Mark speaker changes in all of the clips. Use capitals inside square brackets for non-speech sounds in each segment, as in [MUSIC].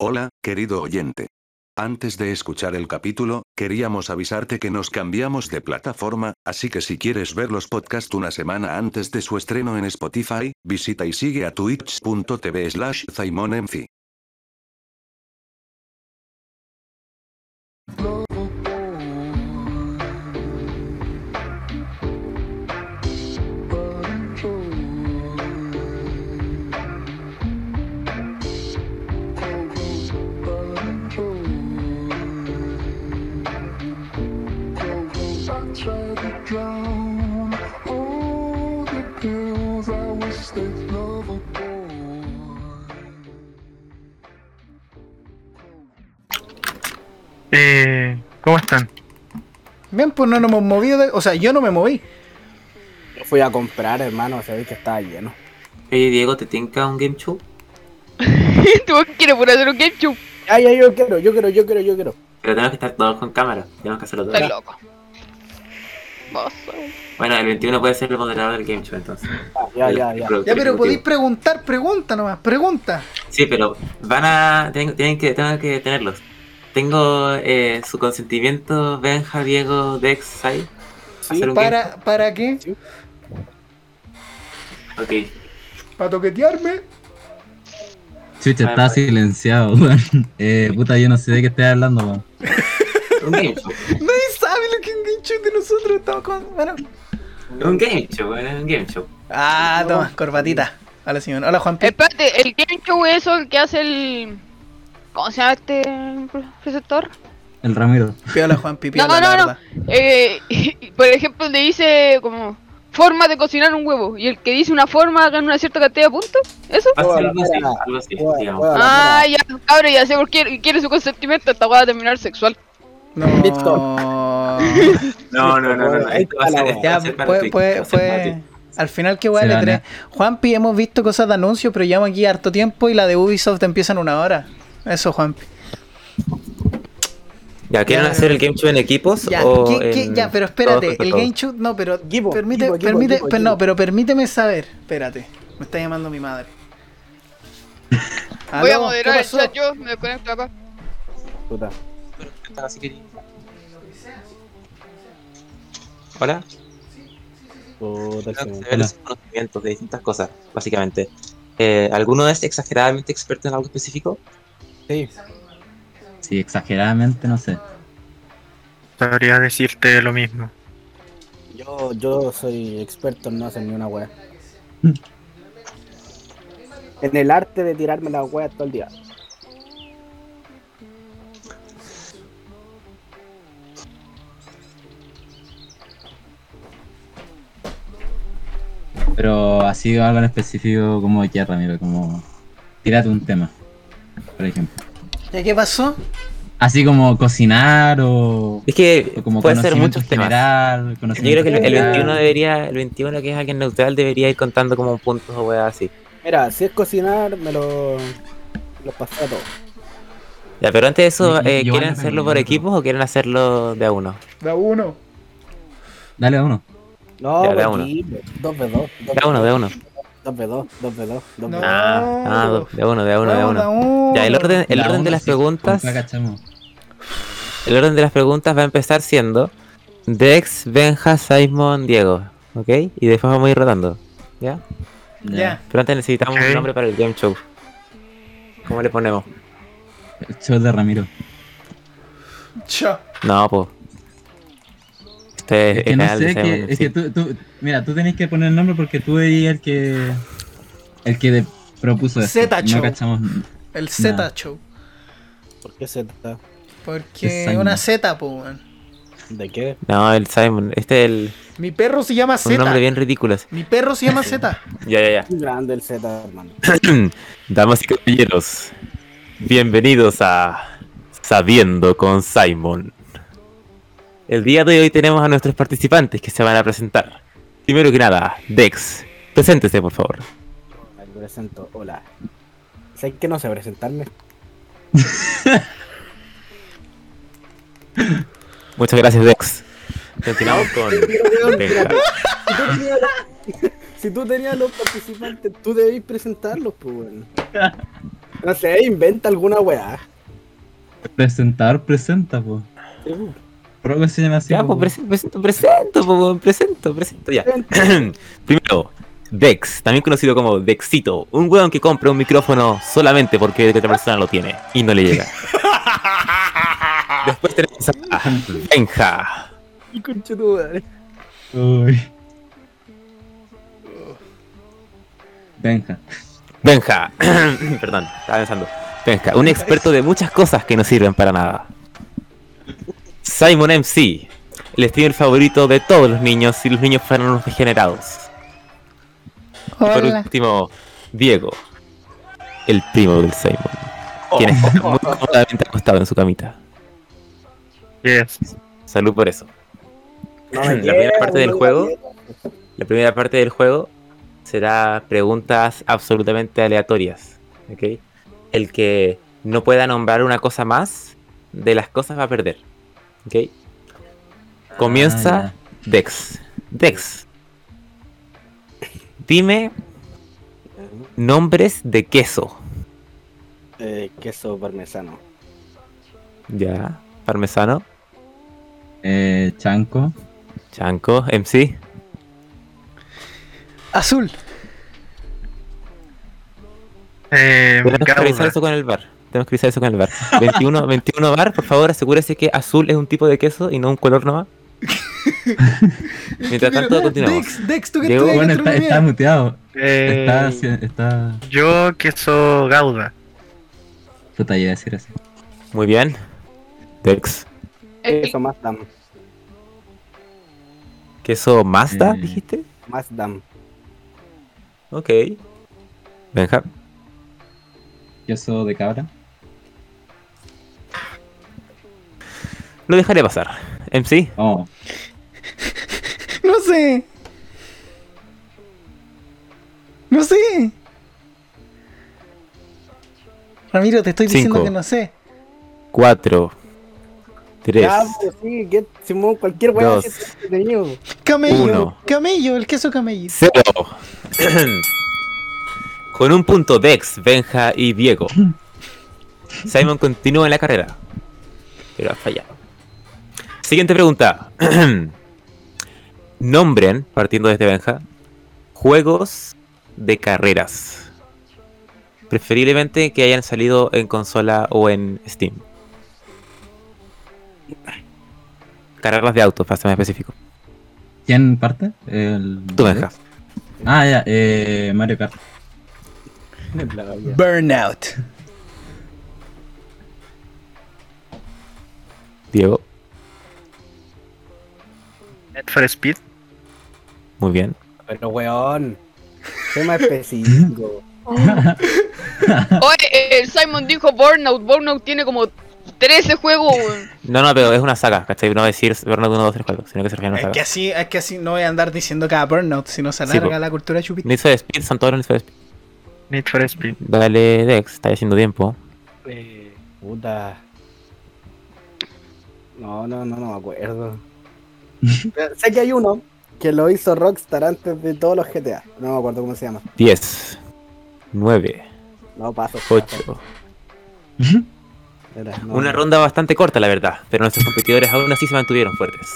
Speaker 1: Hola, querido oyente. Antes de escuchar el capítulo, queríamos avisarte que nos cambiamos de plataforma, así que si quieres ver los podcasts una semana antes de su estreno en Spotify, visita y sigue a twitch.tv slash zaimonenfi.
Speaker 2: Eh, ¿Cómo están?
Speaker 3: Bien, pues no nos hemos movido. De... O sea, yo no me moví.
Speaker 4: Yo fui a comprar, hermano, sabéis que estaba lleno.
Speaker 5: Oye, Diego, ¿te tinca un game show?
Speaker 6: Tú quieres por hacer un game show.
Speaker 4: Ay, ay, yo quiero, yo quiero, yo quiero, yo quiero.
Speaker 5: Pero tenemos que estar todos con cámara. Tenemos que hacerlo
Speaker 6: Estás
Speaker 5: todos.
Speaker 6: loco. Vos sos-
Speaker 5: Bueno, el 21 puede ser el moderador del game show entonces.
Speaker 4: Ah, ya, ya, ya.
Speaker 3: Ya, pero podéis preguntar, pregunta nomás, pregunta.
Speaker 5: Sí, pero van a. Tienen, tienen que, tengo que tenerlos. Tengo eh, su consentimiento, Benja, Diego, Dex, Sai.
Speaker 4: Sí,
Speaker 5: hacer un
Speaker 3: ¿Para, ¿para qué?
Speaker 5: game. Ok.
Speaker 3: ¿Para toquetearme?
Speaker 7: Chucha, está silenciado, [LAUGHS] weón. Eh, puta, yo no sé de qué estoy hablando, weón.
Speaker 5: Un game show.
Speaker 3: Nadie sabe lo que es un game show de nosotros. Estamos con. Bueno.
Speaker 5: un game show, bueno, un game show.
Speaker 3: Ah, toma, corbatita. Hola, señor. Hola, Juan P.
Speaker 6: Espérate, el game show es eso que hace el. ¿Cómo se llama este preceptor?
Speaker 7: El Ramiro.
Speaker 4: Eh.
Speaker 3: Hola, Juan P.
Speaker 6: No, no, no. Eh, [LAUGHS] por ejemplo, le dice como. Forma de cocinar un huevo. Y el que dice una forma gana una cierta cantidad de puntos. ¿Eso?
Speaker 5: Pasa
Speaker 4: Hola,
Speaker 5: algo así,
Speaker 4: hola.
Speaker 5: algo así,
Speaker 4: Hola,
Speaker 5: digamos.
Speaker 4: hola.
Speaker 6: Ah, ya, cabrón, ya sé por qué quiere su consentimiento. Esta va a terminar sexual.
Speaker 3: No.
Speaker 5: No, no, no, no, no.
Speaker 4: Ahí
Speaker 5: Esto va a
Speaker 4: está
Speaker 5: ser,
Speaker 4: la
Speaker 5: esto va
Speaker 3: [LAUGHS] Ya,
Speaker 5: a ser para
Speaker 3: fue,
Speaker 5: Twitch,
Speaker 3: fue,
Speaker 5: va a ser para
Speaker 3: fue-
Speaker 5: Twitch.
Speaker 3: Al final, qué guay
Speaker 7: Se
Speaker 3: le
Speaker 7: van,
Speaker 3: tres. Juanpi, hemos visto cosas de anuncios, pero llevamos aquí harto tiempo y la de Ubisoft empieza en una hora. Eso, Juanpi.
Speaker 8: Ya, ¿quieren
Speaker 3: Ya.
Speaker 8: hacer el game show en equipos?
Speaker 3: Ya,
Speaker 8: o
Speaker 3: ¿qué- qué-
Speaker 8: Oh, en
Speaker 3: ya, pero
Speaker 8: todos
Speaker 3: espérate,
Speaker 8: contra
Speaker 3: el
Speaker 8: todos?
Speaker 3: game shoot, no, pero
Speaker 4: Equipo,
Speaker 3: permite,
Speaker 4: equipo, equipo,
Speaker 3: permite,
Speaker 4: equipo,
Speaker 3: pero
Speaker 4: equipo.
Speaker 3: no, pero permíteme saber. Espérate, me está llamando mi madre.
Speaker 6: Voy a
Speaker 3: Aló, Ah,
Speaker 6: moderar
Speaker 3: ¿qué
Speaker 6: el
Speaker 3: pasó?
Speaker 6: chat yo, me desconecto acá.
Speaker 4: Puta.
Speaker 8: Hola.
Speaker 4: Puta,
Speaker 8: Creo que
Speaker 4: sí.
Speaker 8: se ven los conocimientos de distintas cosas, básicamente. Eh, ¿Alguno es exageradamente experto en algo específico?
Speaker 4: Sí.
Speaker 7: Sí, exageradamente, no sé.
Speaker 2: Sabría decirte lo mismo.
Speaker 4: Yo, yo soy experto en no hacer ni una wea. [LAUGHS] En el arte de tirarme las weas todo el día.
Speaker 7: Pero así algo en específico como de qué, Ramiro, como... Tírate un tema, por ejemplo.
Speaker 3: ¿Ya qué pasó?
Speaker 7: Así como cocinar o...
Speaker 8: Es que
Speaker 7: o como
Speaker 8: puede ser
Speaker 7: conocimiento
Speaker 8: muchos temas.
Speaker 7: general,
Speaker 8: Yo creo
Speaker 7: conocimiento
Speaker 8: que el, el
Speaker 7: general.
Speaker 8: 21 debería, el 21 que es alguien neutral debería ir contando como puntos o weas así.
Speaker 4: Mira, si es cocinar, me lo, me lo pasé a todo.
Speaker 8: Ya, pero antes de eso,
Speaker 7: Y- y-
Speaker 8: eh,
Speaker 7: y
Speaker 8: ¿quieren
Speaker 7: Giovanna
Speaker 8: hacerlo por
Speaker 7: también, ¿no?
Speaker 8: equipos o quieren hacerlo de a uno?
Speaker 3: Da uno.
Speaker 7: Dale a uno.
Speaker 4: No,
Speaker 8: Ya, de a uno.
Speaker 4: aquí, 2v2.
Speaker 8: De a uno, de a uno.
Speaker 4: 2v2, 2v2, 2v2.
Speaker 3: No.
Speaker 8: Ah, ah, do- de a uno, de a uno, de a
Speaker 3: Vamos, da
Speaker 8: uno.
Speaker 3: uno.
Speaker 8: Ya, el orden, el
Speaker 7: Da
Speaker 8: orden
Speaker 7: uno,
Speaker 8: de las
Speaker 7: sí,
Speaker 8: preguntas,
Speaker 7: nunca cachamos.
Speaker 8: el orden de las preguntas va a empezar siendo Dex, Benja, Simon, Diego, ¿ok? Y después vamos a ir rotando, ¿ya?
Speaker 7: Ya.
Speaker 3: Ya.
Speaker 8: Pero antes necesitamos
Speaker 2: Ok.
Speaker 8: un nombre para el game show. ¿Cómo le ponemos?
Speaker 7: El show de Ramiro.
Speaker 3: Chao.
Speaker 8: No, po. Este
Speaker 7: Es que
Speaker 8: es
Speaker 7: no
Speaker 8: real,
Speaker 7: sé,
Speaker 8: se llama
Speaker 7: que, es
Speaker 8: así.
Speaker 7: que tú, tú- mira, tú tenés que poner el nombre porque tú eres el que, el que de- propuso esto.
Speaker 3: Zeta
Speaker 7: no
Speaker 3: Show.
Speaker 7: cachamos.
Speaker 3: El Z
Speaker 7: Nah.
Speaker 3: Show.
Speaker 4: ¿Por qué se trata?
Speaker 3: Porque
Speaker 7: Design.
Speaker 3: una Z, po, weón.
Speaker 4: ¿De qué?
Speaker 8: No, el Simon. Este es el,
Speaker 3: Mi perro se llama
Speaker 8: un nombre
Speaker 3: Z.
Speaker 8: bien ridículo. así.
Speaker 3: Mi perro
Speaker 8: [LAUGHS]
Speaker 3: se llama Z.
Speaker 8: Ya, ya, ya.
Speaker 4: Grande el Z, hermano.
Speaker 8: [CLEARS THROAT] Damas y caballeros, bienvenidos a Sabiendo con Simon. El día de hoy tenemos a nuestros participantes que se van a presentar. Primero que nada, Dex, preséntese por favor.
Speaker 4: Me presento, hola. Sé que no sé presentarme.
Speaker 8: Muchas gracias, Dex. Continuamos con Benja.
Speaker 4: Si tú tenías, si tú tenías los participantes, tú debís presentarlos, pues, weón. No sé, inventa alguna weá.
Speaker 7: Presentador presenta, po. Creo que se llama así.
Speaker 8: ya,
Speaker 7: po,
Speaker 8: pues presen- presento, presento, po, weón, presento, presento, ya. [CLEARS THROAT] Primero, Dex, también conocido como Dexito, un weón que compra un micrófono solamente porque otra persona lo tiene y no le llega. Después tenemos a Benja,
Speaker 7: Uy. Benja.
Speaker 8: Benja, [COUGHS] perdón, estaba pensando. Benja, un experto de muchas cosas que no sirven para nada. Simon MC, el streamer favorito de todos los niños y los niños fueron unos degenerados. Y por
Speaker 3: Hola.
Speaker 8: último, Diego, el primo del Simon, quien está muy cómodamente acostado en su camita.
Speaker 2: Yes.
Speaker 8: Salud por eso.
Speaker 4: No
Speaker 8: La
Speaker 4: me
Speaker 8: primera
Speaker 4: quiero,
Speaker 8: parte del
Speaker 4: no me
Speaker 8: juego.
Speaker 4: quiero.
Speaker 8: La primera parte del juego será preguntas absolutamente aleatorias. ¿ok? El que no pueda nombrar una cosa más de las cosas va a perder. ¿ok? Comienza
Speaker 7: Ah,
Speaker 8: Dex. Dex. Dime nombres de queso.
Speaker 4: Eh, queso parmesano.
Speaker 8: Ya. Parmesano,
Speaker 7: ya. eh, Chanco.
Speaker 8: Chanco, MC.
Speaker 3: Azul.
Speaker 2: Eh,
Speaker 8: Tenemos que revisar
Speaker 2: Gauda.
Speaker 8: eso con el bar. Tenemos que revisar eso con el bar. 21, 21 bar, por favor, asegúrese que azul es un tipo de queso y no un color nomás. Mientras tanto, continuamos.
Speaker 3: Dex, Dex, tú que
Speaker 8: Diego,
Speaker 3: estudias
Speaker 7: Bueno, está, está
Speaker 3: gastronomía.
Speaker 7: muteado.
Speaker 2: Eh,
Speaker 7: Está, haci- está.
Speaker 2: Yo queso Gauda.
Speaker 7: Puta, iba a decir así.
Speaker 8: Muy bien. Tex.
Speaker 6: El-
Speaker 4: Queso más dam.
Speaker 8: ¿Queso Mazda,
Speaker 7: Eh.
Speaker 8: dijiste?
Speaker 4: Más dam.
Speaker 8: Ok. Benja.
Speaker 7: Queso de cabra.
Speaker 8: Lo dejaré pasar. MC.
Speaker 7: Oh,
Speaker 3: No sé. No sé. Ramiro, te estoy diciendo
Speaker 8: Cinco.
Speaker 3: que no sé.
Speaker 8: 4. 3.
Speaker 4: Ya, pues, sí, que- Simón, cualquier weá
Speaker 8: Dos.
Speaker 4: que sea entretenido.
Speaker 3: Camello.
Speaker 8: Uno.
Speaker 3: Camello, el queso camello.
Speaker 8: Cero. [CLEARS THROAT] Con un punto Dex, Benja y Diego. Simon continúa en la carrera. Pero ha fallado. Siguiente pregunta. [CLEARS THROAT] Nombren, partiendo desde Benja, juegos de carreras. Preferiblemente que hayan salido en consola o en Steam. Carreras de autos, para ser más específico.
Speaker 7: ¿Quién parte? El...
Speaker 8: Tú, Benja.
Speaker 7: Ah, ya, eh, Mario Kart.
Speaker 4: Me plaga, ya.
Speaker 3: Burnout.
Speaker 8: Diego,
Speaker 2: Need for Speed.
Speaker 8: muy bien.
Speaker 4: Pero weón.
Speaker 8: [LAUGHS]
Speaker 4: Tema específico.
Speaker 6: Oye, el Simon dijo Burnout. Burnout tiene como 13 juegos, weón.
Speaker 8: No, no, pero es una saga, ¿cachai? No decir Bernardo 1, 2, 3, 4, sino que se refiere a una
Speaker 3: Es que
Speaker 8: saga.
Speaker 3: así, es que así no voy a andar diciendo cada burnout, si no se
Speaker 8: Sí,
Speaker 3: alarga
Speaker 8: po.
Speaker 3: la cultura chupita.
Speaker 8: Need for Speed, son todos los Need for Speed.
Speaker 2: Need for Speed.
Speaker 8: Dale, Dex, está haciendo tiempo.
Speaker 4: Eh, puta. No, no, no, no me
Speaker 8: [LAUGHS]
Speaker 4: acuerdo. Pero sé que hay uno que lo hizo Rockstar antes de todos los GTA. No me acuerdo cómo se llama.
Speaker 8: 10, 9,
Speaker 4: No paso. paso.
Speaker 8: 8.
Speaker 7: [LAUGHS]
Speaker 4: Era, no,
Speaker 8: Una
Speaker 4: no.
Speaker 8: ronda bastante corta, la verdad, pero nuestros competidores aún así se mantuvieron fuertes.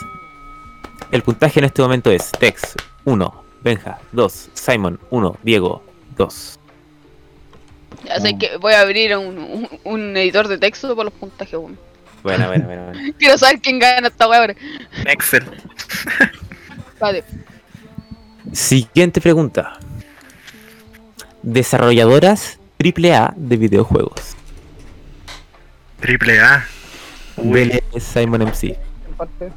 Speaker 8: El puntaje en este momento es Dex, 1, Benja, 2, Simon, 1, Diego, 2.
Speaker 6: Ya sé que voy a abrir un, un, un editor de texto para los puntajes, weón. [LAUGHS]
Speaker 8: Bueno, bueno, bueno, bueno.
Speaker 6: Quiero saber quién gana esta weá ahora.
Speaker 2: Excel.
Speaker 6: Vale.
Speaker 8: [LAUGHS] Siguiente pregunta. Desarrolladoras AAA de videojuegos.
Speaker 2: Triple A.
Speaker 8: Dele Simon MC.
Speaker 4: Parte.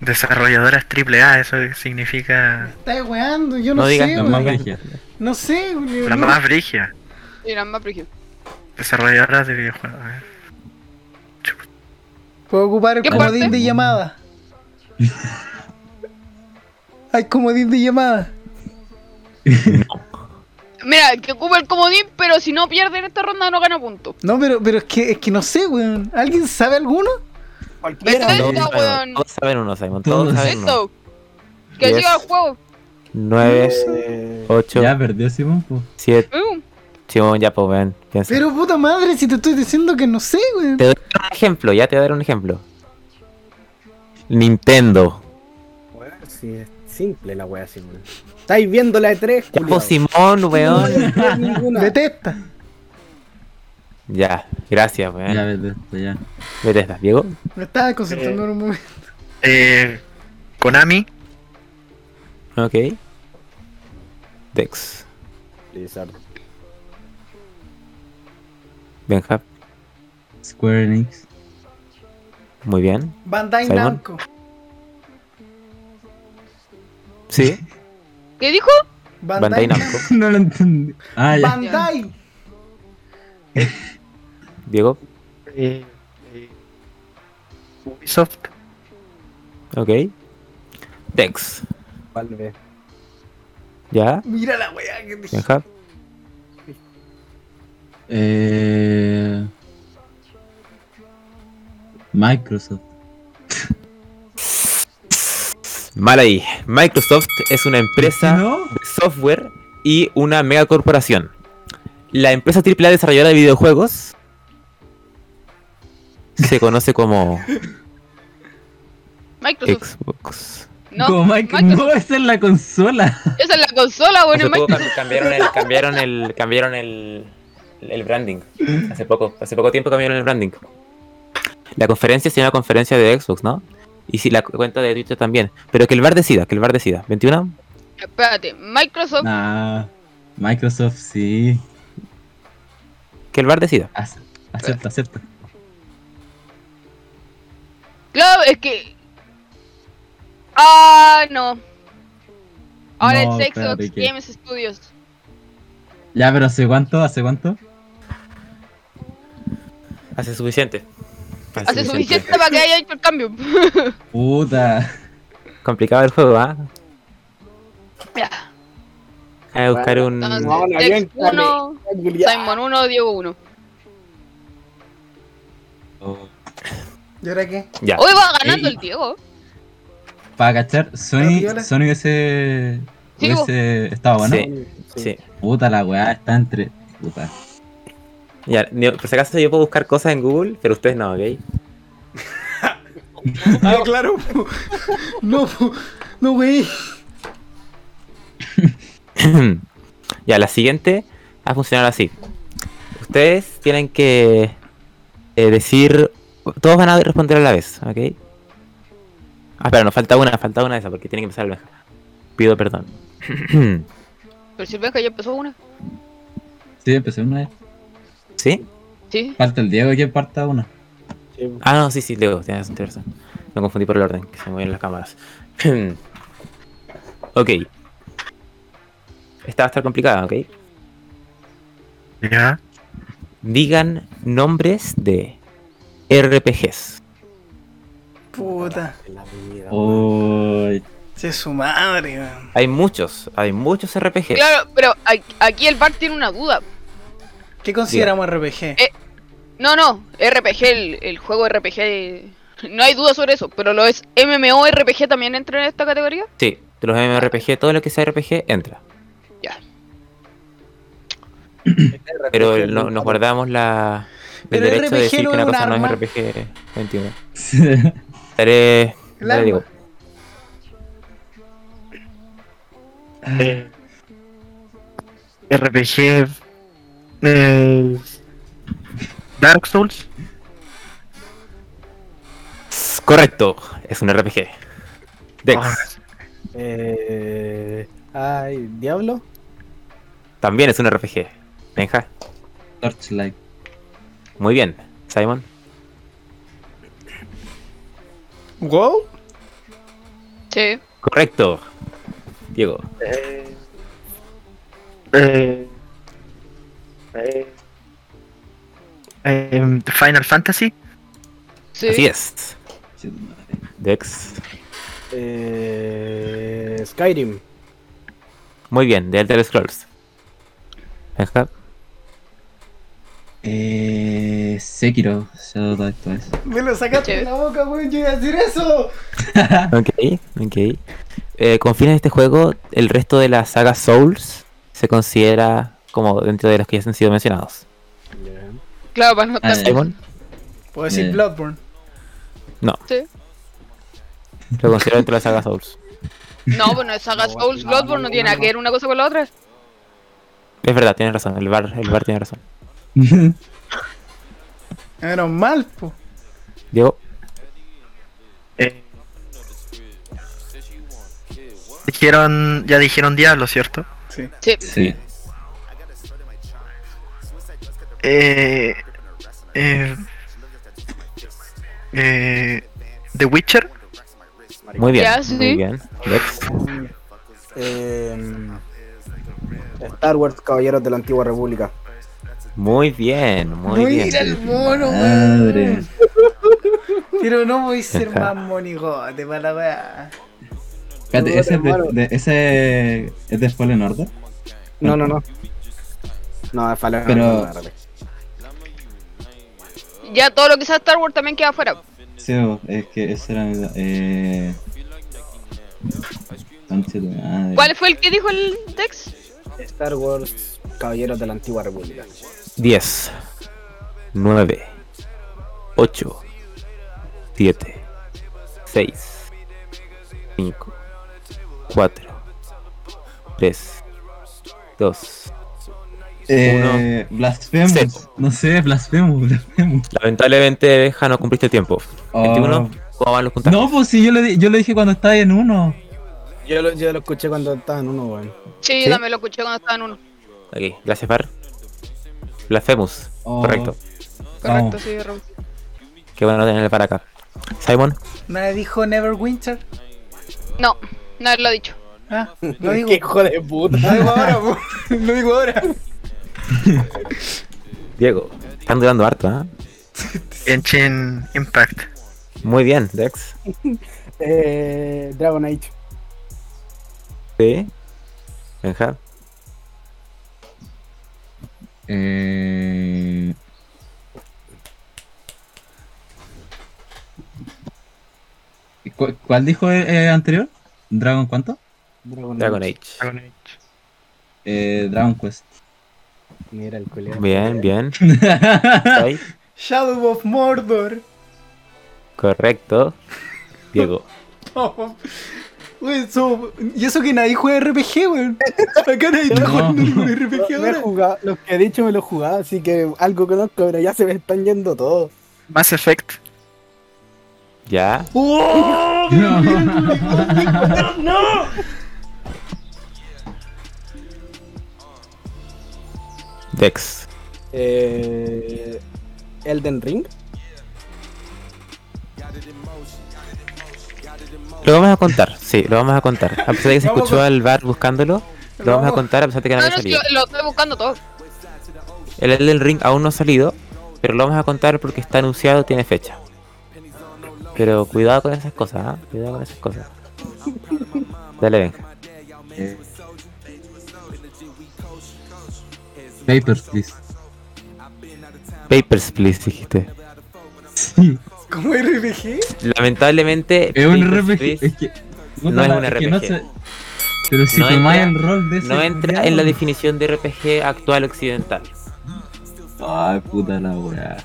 Speaker 2: Desarrolladoras triple A. Eso significa
Speaker 3: Estás weando, yo no,
Speaker 8: No digas
Speaker 3: sé,
Speaker 7: La
Speaker 8: nada
Speaker 3: weón.
Speaker 7: más brígida.
Speaker 3: No sé, weón.
Speaker 2: la más brigia.
Speaker 6: Mira, más brígido.
Speaker 2: Desarrolladoras de videojuegos. a ver.
Speaker 3: Puedo ocupar el
Speaker 6: ¿Qué
Speaker 3: comodín
Speaker 6: parte?
Speaker 3: de llamada. Hay comodín de llamada.
Speaker 6: Mira, que ocupa el comodín, pero si no pierde en esta ronda no gana punto.
Speaker 3: No, pero, pero es que es que no sé, weón. ¿Alguien sabe alguno?
Speaker 4: Cualquiera.
Speaker 6: Vete
Speaker 8: Todos
Speaker 6: Venga,
Speaker 8: saben,
Speaker 6: weón.
Speaker 8: todos saben uno, Simon. Todos
Speaker 7: Todos.
Speaker 8: saben uno.
Speaker 6: Eso. Que
Speaker 8: Yes.
Speaker 6: siga el juego.
Speaker 8: 9,
Speaker 4: Eh,
Speaker 8: 8,
Speaker 7: Ya perdió Simón, po.
Speaker 8: 7,
Speaker 6: Uh,
Speaker 8: cuestión, ya, pues, weón. piensa.
Speaker 3: Pero puta madre, si te estoy diciendo que no sé, güey.
Speaker 8: Te doy un ejemplo, ya te voy a dar un ejemplo. Nintendo.
Speaker 4: Weón, si es simple la wea así, weón. Estáis viendo la E E3,
Speaker 8: Ya,
Speaker 4: culiao.
Speaker 8: pues, Simón, weón.
Speaker 4: No, ninguna.
Speaker 3: Detesta.
Speaker 8: Ya, gracias, weón.
Speaker 7: Ya, vete, ya.
Speaker 8: Bethesda, Diego.
Speaker 3: Me estaba concentrando en un momento.
Speaker 2: Eh, Konami,
Speaker 8: Ok. Dex.
Speaker 4: Lizard.
Speaker 8: Benja.
Speaker 7: Square Enix. [LAUGHS]
Speaker 8: Muy bien.
Speaker 3: Bandai
Speaker 8: Simon.
Speaker 3: Namco.
Speaker 8: Sí.
Speaker 6: ¿Qué dijo?
Speaker 8: Bandai Namco.
Speaker 7: no lo entendí. Ah, ya.
Speaker 3: Bandai.
Speaker 8: Diego.
Speaker 2: eh, eh, Ubisoft,
Speaker 8: Ok. Dex.
Speaker 4: Valve.
Speaker 8: Ya.
Speaker 3: Mira la weá que dije.
Speaker 8: Benja.
Speaker 7: Eh... Microsoft.
Speaker 8: Mal ahí. Microsoft es una empresa de software y una megacorporación. La empresa AAA desarrolladora de videojuegos
Speaker 6: [LAUGHS]
Speaker 8: se conoce como
Speaker 6: Microsoft.
Speaker 8: Xbox.
Speaker 6: No,
Speaker 7: Como Mic-
Speaker 6: Microsoft.
Speaker 7: No, esa es la consola.
Speaker 6: Esa es la consola,
Speaker 8: Hace
Speaker 6: bueno, es
Speaker 8: poco cam-
Speaker 6: Microsoft.
Speaker 8: cambiaron el cambiaron el cambiaron el, el branding. Hace poco, hace poco tiempo cambiaron el branding. La conferencia se llama conferencia de Xbox, ¿no? Y sí, la cu- cuenta de Twitter también. Pero que el bar decida, que el bar decida. 21,
Speaker 6: Espérate, Microsoft.
Speaker 7: Nah. Microsoft, sí.
Speaker 8: que el bar decida.
Speaker 7: Ace- Acepta, acepta.
Speaker 6: Claro, es que. Ah, no. Ahora
Speaker 7: No,
Speaker 6: es
Speaker 7: espérate,
Speaker 6: Xbox
Speaker 7: ¿qué?
Speaker 6: Games Studios.
Speaker 7: Ya, pero ¿hace cuánto? ¿Hace cuánto?
Speaker 8: Hace suficiente.
Speaker 6: Hace suficiente para que haya hecho el cambio. [LAUGHS]
Speaker 7: Puta.
Speaker 8: Complicado el juego, ¿ah?
Speaker 6: Ya.
Speaker 8: Voy a buscar un
Speaker 6: Entonces,
Speaker 4: No, no,
Speaker 6: Dex
Speaker 4: bien,
Speaker 6: 1,
Speaker 4: culiao.
Speaker 6: Simon 1, Diego 1.
Speaker 3: ¿Y ahora qué?
Speaker 8: ya.
Speaker 6: Hoy va ganando
Speaker 7: Ey.
Speaker 6: el Diego.
Speaker 7: Para cachar, Sony,
Speaker 3: piola.
Speaker 7: Sony hubiese,
Speaker 6: Sí, vos.
Speaker 7: hubiese estado Ah, bueno.
Speaker 8: Sí. Sí.
Speaker 7: Puta la weá, está entre. Puta.
Speaker 8: Ya, ni- por si acaso yo puedo buscar cosas en Google, pero ustedes no, ¿ok? [CLEARS THROAT]
Speaker 3: Ah, claro. po. No, po. no, wey.
Speaker 8: ya, la siguiente ha funcionado así. Ustedes tienen que eh, decir. Todos van a responder a la vez, ¿ok? Ah, espera, nos falta una, falta una de esas porque tiene que empezar el Benja. Pido perdón. [CLEARS THROAT]
Speaker 6: Pero si el Benja ya empezó una.
Speaker 7: Sí, empecé una vez.
Speaker 8: ¿Sí?
Speaker 6: Sí.
Speaker 7: Falta el Diego que parta una.
Speaker 4: Sí.
Speaker 8: Ah, no, sí, sí, Leo, tienes tienes razón. Me confundí por el orden, que se mueven las cámaras. [CLEARS THROAT] ok. Esta va a estar complicada, ¿ok?
Speaker 2: ya,
Speaker 8: Digan nombres de RPGs.
Speaker 3: Puta.
Speaker 4: La vida,
Speaker 3: Oh.
Speaker 7: Uy, [LAUGHS]
Speaker 3: Si es su madre, weón.
Speaker 8: Hay muchos, hay muchos RPGs.
Speaker 6: Claro, pero a- aquí el bar tiene una duda.
Speaker 3: ¿Qué consideramos RPG?
Speaker 6: Eh. No, no, RPG, el, el juego RPG. No hay duda sobre eso, pero lo es MMORPG también entra en esta categoría.
Speaker 8: Sí, de los MMORPG, todo lo que sea RPG entra.
Speaker 4: weón.
Speaker 8: Pero el- no- nos guardamos la, el
Speaker 3: Pero
Speaker 8: derecho de
Speaker 3: RPG
Speaker 8: decir
Speaker 3: no
Speaker 8: que
Speaker 3: es
Speaker 8: una
Speaker 3: un
Speaker 8: cosa no
Speaker 3: arma.
Speaker 8: es RPG 21. Daré.
Speaker 3: El
Speaker 8: daré
Speaker 3: arma.
Speaker 8: digo.
Speaker 2: eh, RPG, eh, Dark Souls,
Speaker 8: Correcto, es un RPG. Dex,
Speaker 2: Ah,
Speaker 4: Eh, ay, Diablo.
Speaker 8: también es un RPG. Benja,
Speaker 7: Torchlight.
Speaker 8: muy bien. Simon,
Speaker 3: ¿Wow?
Speaker 6: Sí.
Speaker 8: correcto. Diego,
Speaker 2: eh, eh, eh, em, Final Fantasy,
Speaker 6: Sí.
Speaker 8: así es.
Speaker 7: Chido madre.
Speaker 8: Dex,
Speaker 4: Eh, Skyrim.
Speaker 8: muy bien, de Elder Scrolls. Benja,
Speaker 7: Eh, Sekiro, Shadow Die Twice.
Speaker 3: Me lo sacaste de la boca, weón. Yo iba a decir eso.
Speaker 8: Ok, ok. Eh, con fines de este juego, el resto de la saga Souls se considera como dentro de los que ya han sido mencionados.
Speaker 6: Claro, para no
Speaker 7: Ah,
Speaker 6: tan...
Speaker 7: ya.
Speaker 8: Simon
Speaker 3: Puedo decir
Speaker 7: Eh.
Speaker 3: Bloodborne.
Speaker 6: Sí.
Speaker 8: lo considero dentro de la saga Souls.
Speaker 6: [LAUGHS] No, bueno, esa saga Souls Bloodborne no tiene nada que ver una cosa con la otra.
Speaker 8: Es verdad, tienes razón, el bar, el bar tiene razón.
Speaker 3: Menos mal, po.
Speaker 8: Diego,
Speaker 2: Eh, dijeron, ya dijeron Diablo, ¿cierto?
Speaker 3: Sí.
Speaker 6: Sí.
Speaker 7: Sí.
Speaker 2: Eh, eh, eh, The Witcher.
Speaker 8: muy bien.
Speaker 6: Ya, sí.
Speaker 8: Muy bien. Lex,
Speaker 4: Eh, Star Wars, Caballeros de la Antigua República.
Speaker 8: muy bien, muy bien.
Speaker 3: Mira el mono, weón.
Speaker 7: Madre.
Speaker 3: Pero no voy a ser más monigote para la weá.
Speaker 7: Espérate, ¿ese, es de, de- ese es de Fallen Order?
Speaker 4: No, no, no. No, es Fallen
Speaker 7: Pero-
Speaker 4: Order.
Speaker 6: Ya todo lo que sea Star Wars también queda afuera.
Speaker 7: Sí, bo, es que ese era mi... da- Eh... Conche tu madre.
Speaker 6: ¿Cuál fue el que dijo el Dex?
Speaker 4: Star Wars, Caballeros de la Antigua República.
Speaker 8: 10, 9, 8, 7, 6, 5, 4, 3, 2.
Speaker 7: Eh, Blasphemous.
Speaker 8: Cero.
Speaker 7: No sé, Blasphemous, Blasphemous.
Speaker 8: Lamentablemente, Ja, no cumpliste el tiempo.
Speaker 7: Oh.
Speaker 8: 21, ¿cómo van los contados?
Speaker 7: No, pues si yo lo, di- yo lo dije cuando estaba en uno.
Speaker 4: Yo lo, yo lo escuché cuando estaba en uno, weón.
Speaker 6: Sí,
Speaker 8: ¿Sí?
Speaker 6: yo también lo escuché cuando estaba en uno.
Speaker 8: Ok, gracias, Bar. Blasphemous,
Speaker 7: Oh.
Speaker 8: correcto.
Speaker 6: Correcto,
Speaker 7: Vamos.
Speaker 6: sí, Raúl.
Speaker 8: Qué bueno tenerle para acá. Simon,
Speaker 3: ¿Me dijo Neverwinter?
Speaker 6: No, no haberlo dicho.
Speaker 3: Ah, [LAUGHS] lo digo.
Speaker 4: Qué hijo de puta.
Speaker 3: Lo digo ahora, po. [LAUGHS] Lo digo ahora.
Speaker 8: Diego, están durando harto, ¿ah?
Speaker 2: Genshin Impact.
Speaker 8: Muy bien, Dex.
Speaker 4: Eh, Dragon Age.
Speaker 8: Sí. Benja.
Speaker 7: Eh... ¿Y cu- ¿Cuál dijo eh, anterior? ¿Dragon cuánto?
Speaker 8: Dragon Age.
Speaker 2: Dragon Age.
Speaker 7: Eh, Dragon Quest. [LAUGHS]
Speaker 4: Mira el culiado.
Speaker 8: Bien, bien. Ahí.
Speaker 3: Shadow of Mordor.
Speaker 8: Correcto. Diego.
Speaker 3: Oh, Wey, so- y eso que nadie juega RPG, weón. Acá nadie está
Speaker 7: No.
Speaker 3: jugando ningún RPG
Speaker 4: Me he
Speaker 3: ahora.
Speaker 4: jugado, lo que he dicho me lo he jugado, así que algo conozco, pero ya se me están yendo todos.
Speaker 2: Mass Effect.
Speaker 8: Ya.
Speaker 3: ¡Oh!
Speaker 7: No.
Speaker 8: Dex.
Speaker 4: Eh, Elden Ring.
Speaker 8: Lo vamos a contar. Sí, lo vamos a contar. A pesar de que se
Speaker 3: Vamos
Speaker 8: escuchó
Speaker 3: con-
Speaker 8: al bar buscándolo, lo vamos a contar a pesar de que no
Speaker 6: No,
Speaker 8: haya
Speaker 6: no, sí,
Speaker 8: salido.
Speaker 6: lo, lo estoy buscando todo.
Speaker 8: El Elden Ring aún no ha salido, pero lo vamos a contar porque está anunciado, tiene fecha. Pero cuidado con esas cosas, ¿ah? Cuidado con esas cosas. Dale, venga.
Speaker 7: Eh, Papers, please.
Speaker 8: Papers, please, dijiste.
Speaker 7: Sí,
Speaker 3: ¿Cómo RPG?
Speaker 8: Lamentablemente,
Speaker 7: es un
Speaker 8: Papers,
Speaker 7: RPG.
Speaker 8: please,
Speaker 7: Es que,
Speaker 8: No es
Speaker 7: la-
Speaker 8: un
Speaker 7: que no
Speaker 8: RPG.
Speaker 7: se- pero si
Speaker 8: No
Speaker 7: tomáis
Speaker 8: entra-
Speaker 7: el rol de ese.
Speaker 8: no entra en la
Speaker 7: dificultad.
Speaker 8: definición de RPG actual occidental.
Speaker 7: Ay, puta la weá.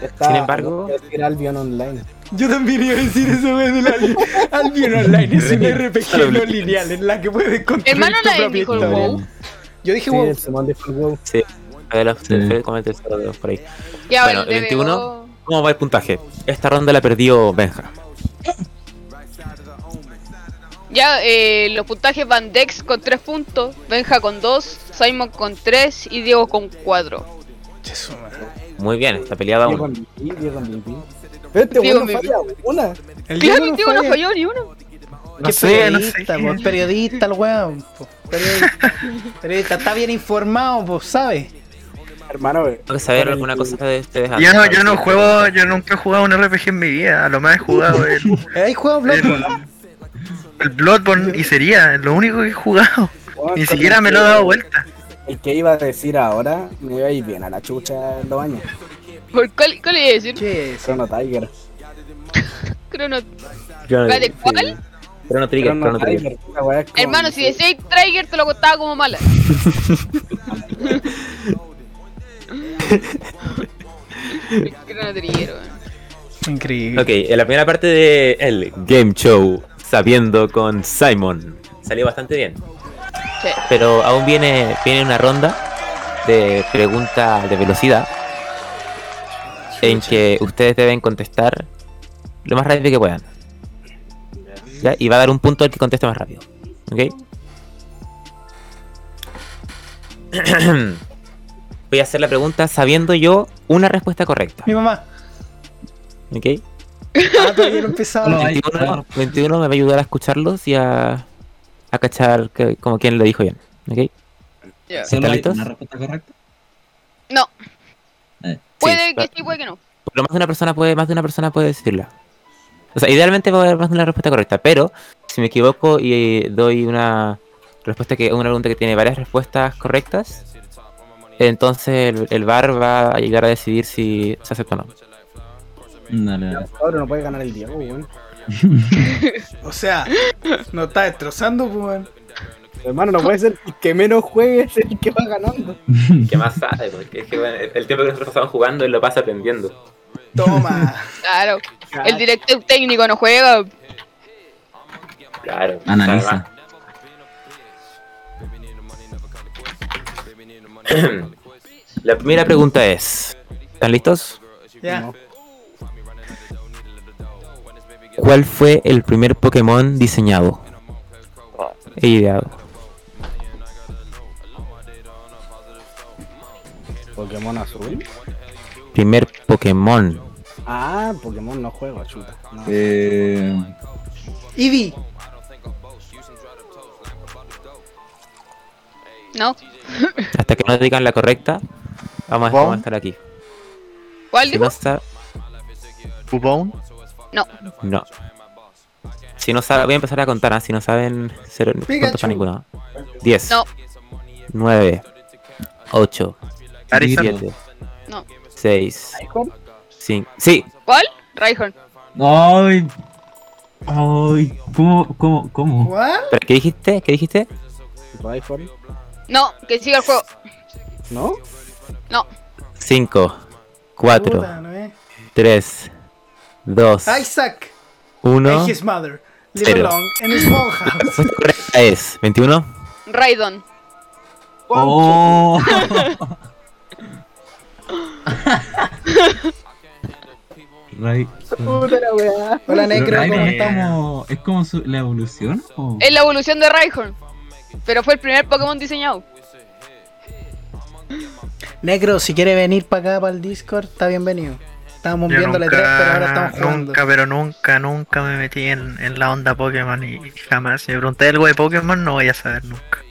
Speaker 4: Está,
Speaker 8: Sin embargo-
Speaker 4: voy a decir Albion Online.
Speaker 3: Yo también iba a decir eso, weón. del Albion. Albion Online es un RPG no lineal en la que puedes construir
Speaker 6: Hermano
Speaker 3: tu
Speaker 6: Online
Speaker 3: propia
Speaker 6: dijo el
Speaker 3: historia.
Speaker 6: WoW.
Speaker 3: Yo dije,
Speaker 4: Sí,
Speaker 3: wow.
Speaker 4: el Simón de Full WoW.
Speaker 8: De los-
Speaker 7: Sí.
Speaker 8: de- como el tercero de los por ahí.
Speaker 6: Ya,
Speaker 8: Bueno,
Speaker 6: el
Speaker 8: 21.
Speaker 6: DBO.
Speaker 8: ¿Cómo va el puntaje? Esta ronda la perdió Benja.
Speaker 6: Ya, eh, los puntajes van Dex con 3 puntos, Benja con 2, Simon con 3 y Diego con 4.
Speaker 8: Muy bien, está peleada
Speaker 4: Diego
Speaker 8: aún.
Speaker 4: MVP, Diego MVP. Pero este
Speaker 6: Diego
Speaker 4: weón no falla una.
Speaker 3: El
Speaker 6: Claro,
Speaker 3: Diego
Speaker 6: el Diego no
Speaker 3: falla.
Speaker 6: falló ni uno.
Speaker 2: No
Speaker 3: ¿Qué
Speaker 2: sé, no sé.
Speaker 3: periodista, po? Periodista, el weón. po. Periodista. Periodista, está bien informado, pues, ¿sabes?
Speaker 4: Hermano, weón.
Speaker 8: Tengo que saber alguna cosa de ustedes
Speaker 2: Yo
Speaker 8: antes,
Speaker 2: no,
Speaker 8: para
Speaker 2: yo
Speaker 8: ver
Speaker 2: no
Speaker 8: si-
Speaker 2: juego, yo nunca he jugado un RPG en mi vida. A lo más he jugado el,
Speaker 3: ¿Hay jugado Bloodborne?
Speaker 2: el, el Bloodborne y sería lo único que he jugado. Ni siquiera me lo he dado vuelta.
Speaker 4: El que iba a decir ahora me iba a ir bien a la chucha en los años.
Speaker 6: ¿Por cuál, cuál iba a decir?
Speaker 3: Che,
Speaker 4: Chrono Tiger.
Speaker 6: Crono.
Speaker 8: Yo no-
Speaker 6: Vale,
Speaker 8: sí.
Speaker 6: ¿cuál?
Speaker 8: Chrono Trigger, Chrono Trigger.
Speaker 6: Hermano, si decías Trigger te lo contaba
Speaker 3: [LAUGHS]
Speaker 6: como mala. Chrono Trigger, weón.
Speaker 3: Increíble.
Speaker 8: Ok, en la primera parte de el game show, sabiendo con Simon, salió bastante bien.
Speaker 6: Sí.
Speaker 8: Pero aún viene, viene una ronda de preguntas de velocidad en que ustedes deben contestar lo más rápido que puedan. ¿Ya? Y va a dar un punto al que conteste más rápido. [COUGHS] ¿Ok? Voy a hacer la pregunta sabiendo yo una respuesta correcta.
Speaker 3: Mi mamá.
Speaker 8: ¿Ok?
Speaker 3: Ah, todavía no empezaba.
Speaker 7: No,
Speaker 8: 21, 21 me va a ayudar a escucharlos y a, a cachar que- como quien lo dijo bien. ¿Ok?
Speaker 6: Ya.
Speaker 7: ¿Solo hay
Speaker 8: ¿Carlitos?
Speaker 7: una respuesta correcta?
Speaker 6: No.
Speaker 7: Eh.
Speaker 6: Puede que
Speaker 8: pero-
Speaker 6: sí, puede que no.
Speaker 8: Pero más de una persona puede, más de una persona puede decirla. O sea, idealmente va a haber más de una respuesta correcta, pero si me equivoco y doy una respuesta que una pregunta que tiene varias respuestas correctas, entonces el, el bar va a llegar a decidir si se acepta o no.
Speaker 7: Dale, dale.
Speaker 4: Ahora no puede ganar el Diego, weón.
Speaker 3: O sea, no está destrozando, pues, weón.
Speaker 4: Hermano, no puede ser que menos juegue es el que va ganando.
Speaker 8: ¿Qué más sabe? Porque el tiempo que nosotros pasamos jugando él lo pasa aprendiendo.
Speaker 3: Toma.
Speaker 6: Claro. El director técnico no juega.
Speaker 8: Claro.
Speaker 7: Analiza.
Speaker 8: [CLEARS THROAT] La primera pregunta es, ¿están listos?
Speaker 3: Ya.
Speaker 8: ¿Cuál fue el primer Pokémon diseñado? E ideado.
Speaker 4: Pokémon azul.
Speaker 8: Primer Pokémon.
Speaker 4: Ah, Pokémon no juego, chuta. No.
Speaker 7: [LAUGHS] Eh,
Speaker 3: Ivy.
Speaker 6: No.
Speaker 8: Hasta que nos digan la correcta, vamos a,
Speaker 2: Wow.
Speaker 8: vamos a estar aquí.
Speaker 6: ¿Cuál
Speaker 8: Si no
Speaker 6: dijo?
Speaker 8: está,
Speaker 2: Bubón.
Speaker 8: no. Si no saben, voy a empezar a contar, ¿ah? si no saben, cero, puntos
Speaker 3: Pikachu.
Speaker 8: para ninguno. 10,
Speaker 6: No.
Speaker 8: 9, 8,
Speaker 2: Arizan.
Speaker 8: 7,
Speaker 6: No.
Speaker 8: 6,
Speaker 4: ¿Icon?
Speaker 8: 5. Sí,
Speaker 6: ¿Cuál? Raihorn.
Speaker 7: Ay. Ay. ¿Cómo? ¿Cómo? ¿Cómo?
Speaker 3: ¿What?
Speaker 8: ¿pero qué dijiste? ¿Qué dijiste?
Speaker 4: ¿Tipo iPhone?
Speaker 6: No, que siga el juego.
Speaker 4: ¿No?
Speaker 8: 5, 4,
Speaker 3: Puta, ¿no es?
Speaker 8: 3, 2,
Speaker 3: Isaac.
Speaker 8: 1.
Speaker 3: And his mother. Live
Speaker 8: Cero.
Speaker 3: alone in a small house.
Speaker 8: Respuesta correcta es 21.
Speaker 6: Raidon.
Speaker 7: Oh. Ray-
Speaker 3: [LAUGHS] Hola,
Speaker 7: Pero
Speaker 3: Necro,
Speaker 7: Ray no
Speaker 3: ¿cómo
Speaker 7: es
Speaker 3: estamos?
Speaker 7: como- ¿Es como su- la evolución? o-
Speaker 6: Es la evolución de Raihorn. Pero fue el primer Pokémon diseñado.
Speaker 3: Necro, si quiere venir para acá, para el Discord, está bienvenido. Estábamos
Speaker 2: Yo
Speaker 3: viendo la 3, pero ahora estamos jugando.
Speaker 2: nunca, pero nunca, nunca me metí en, en la onda Pokémon y, y jamás. Si me pregunté algo de Pokémon, no voy a saber nunca.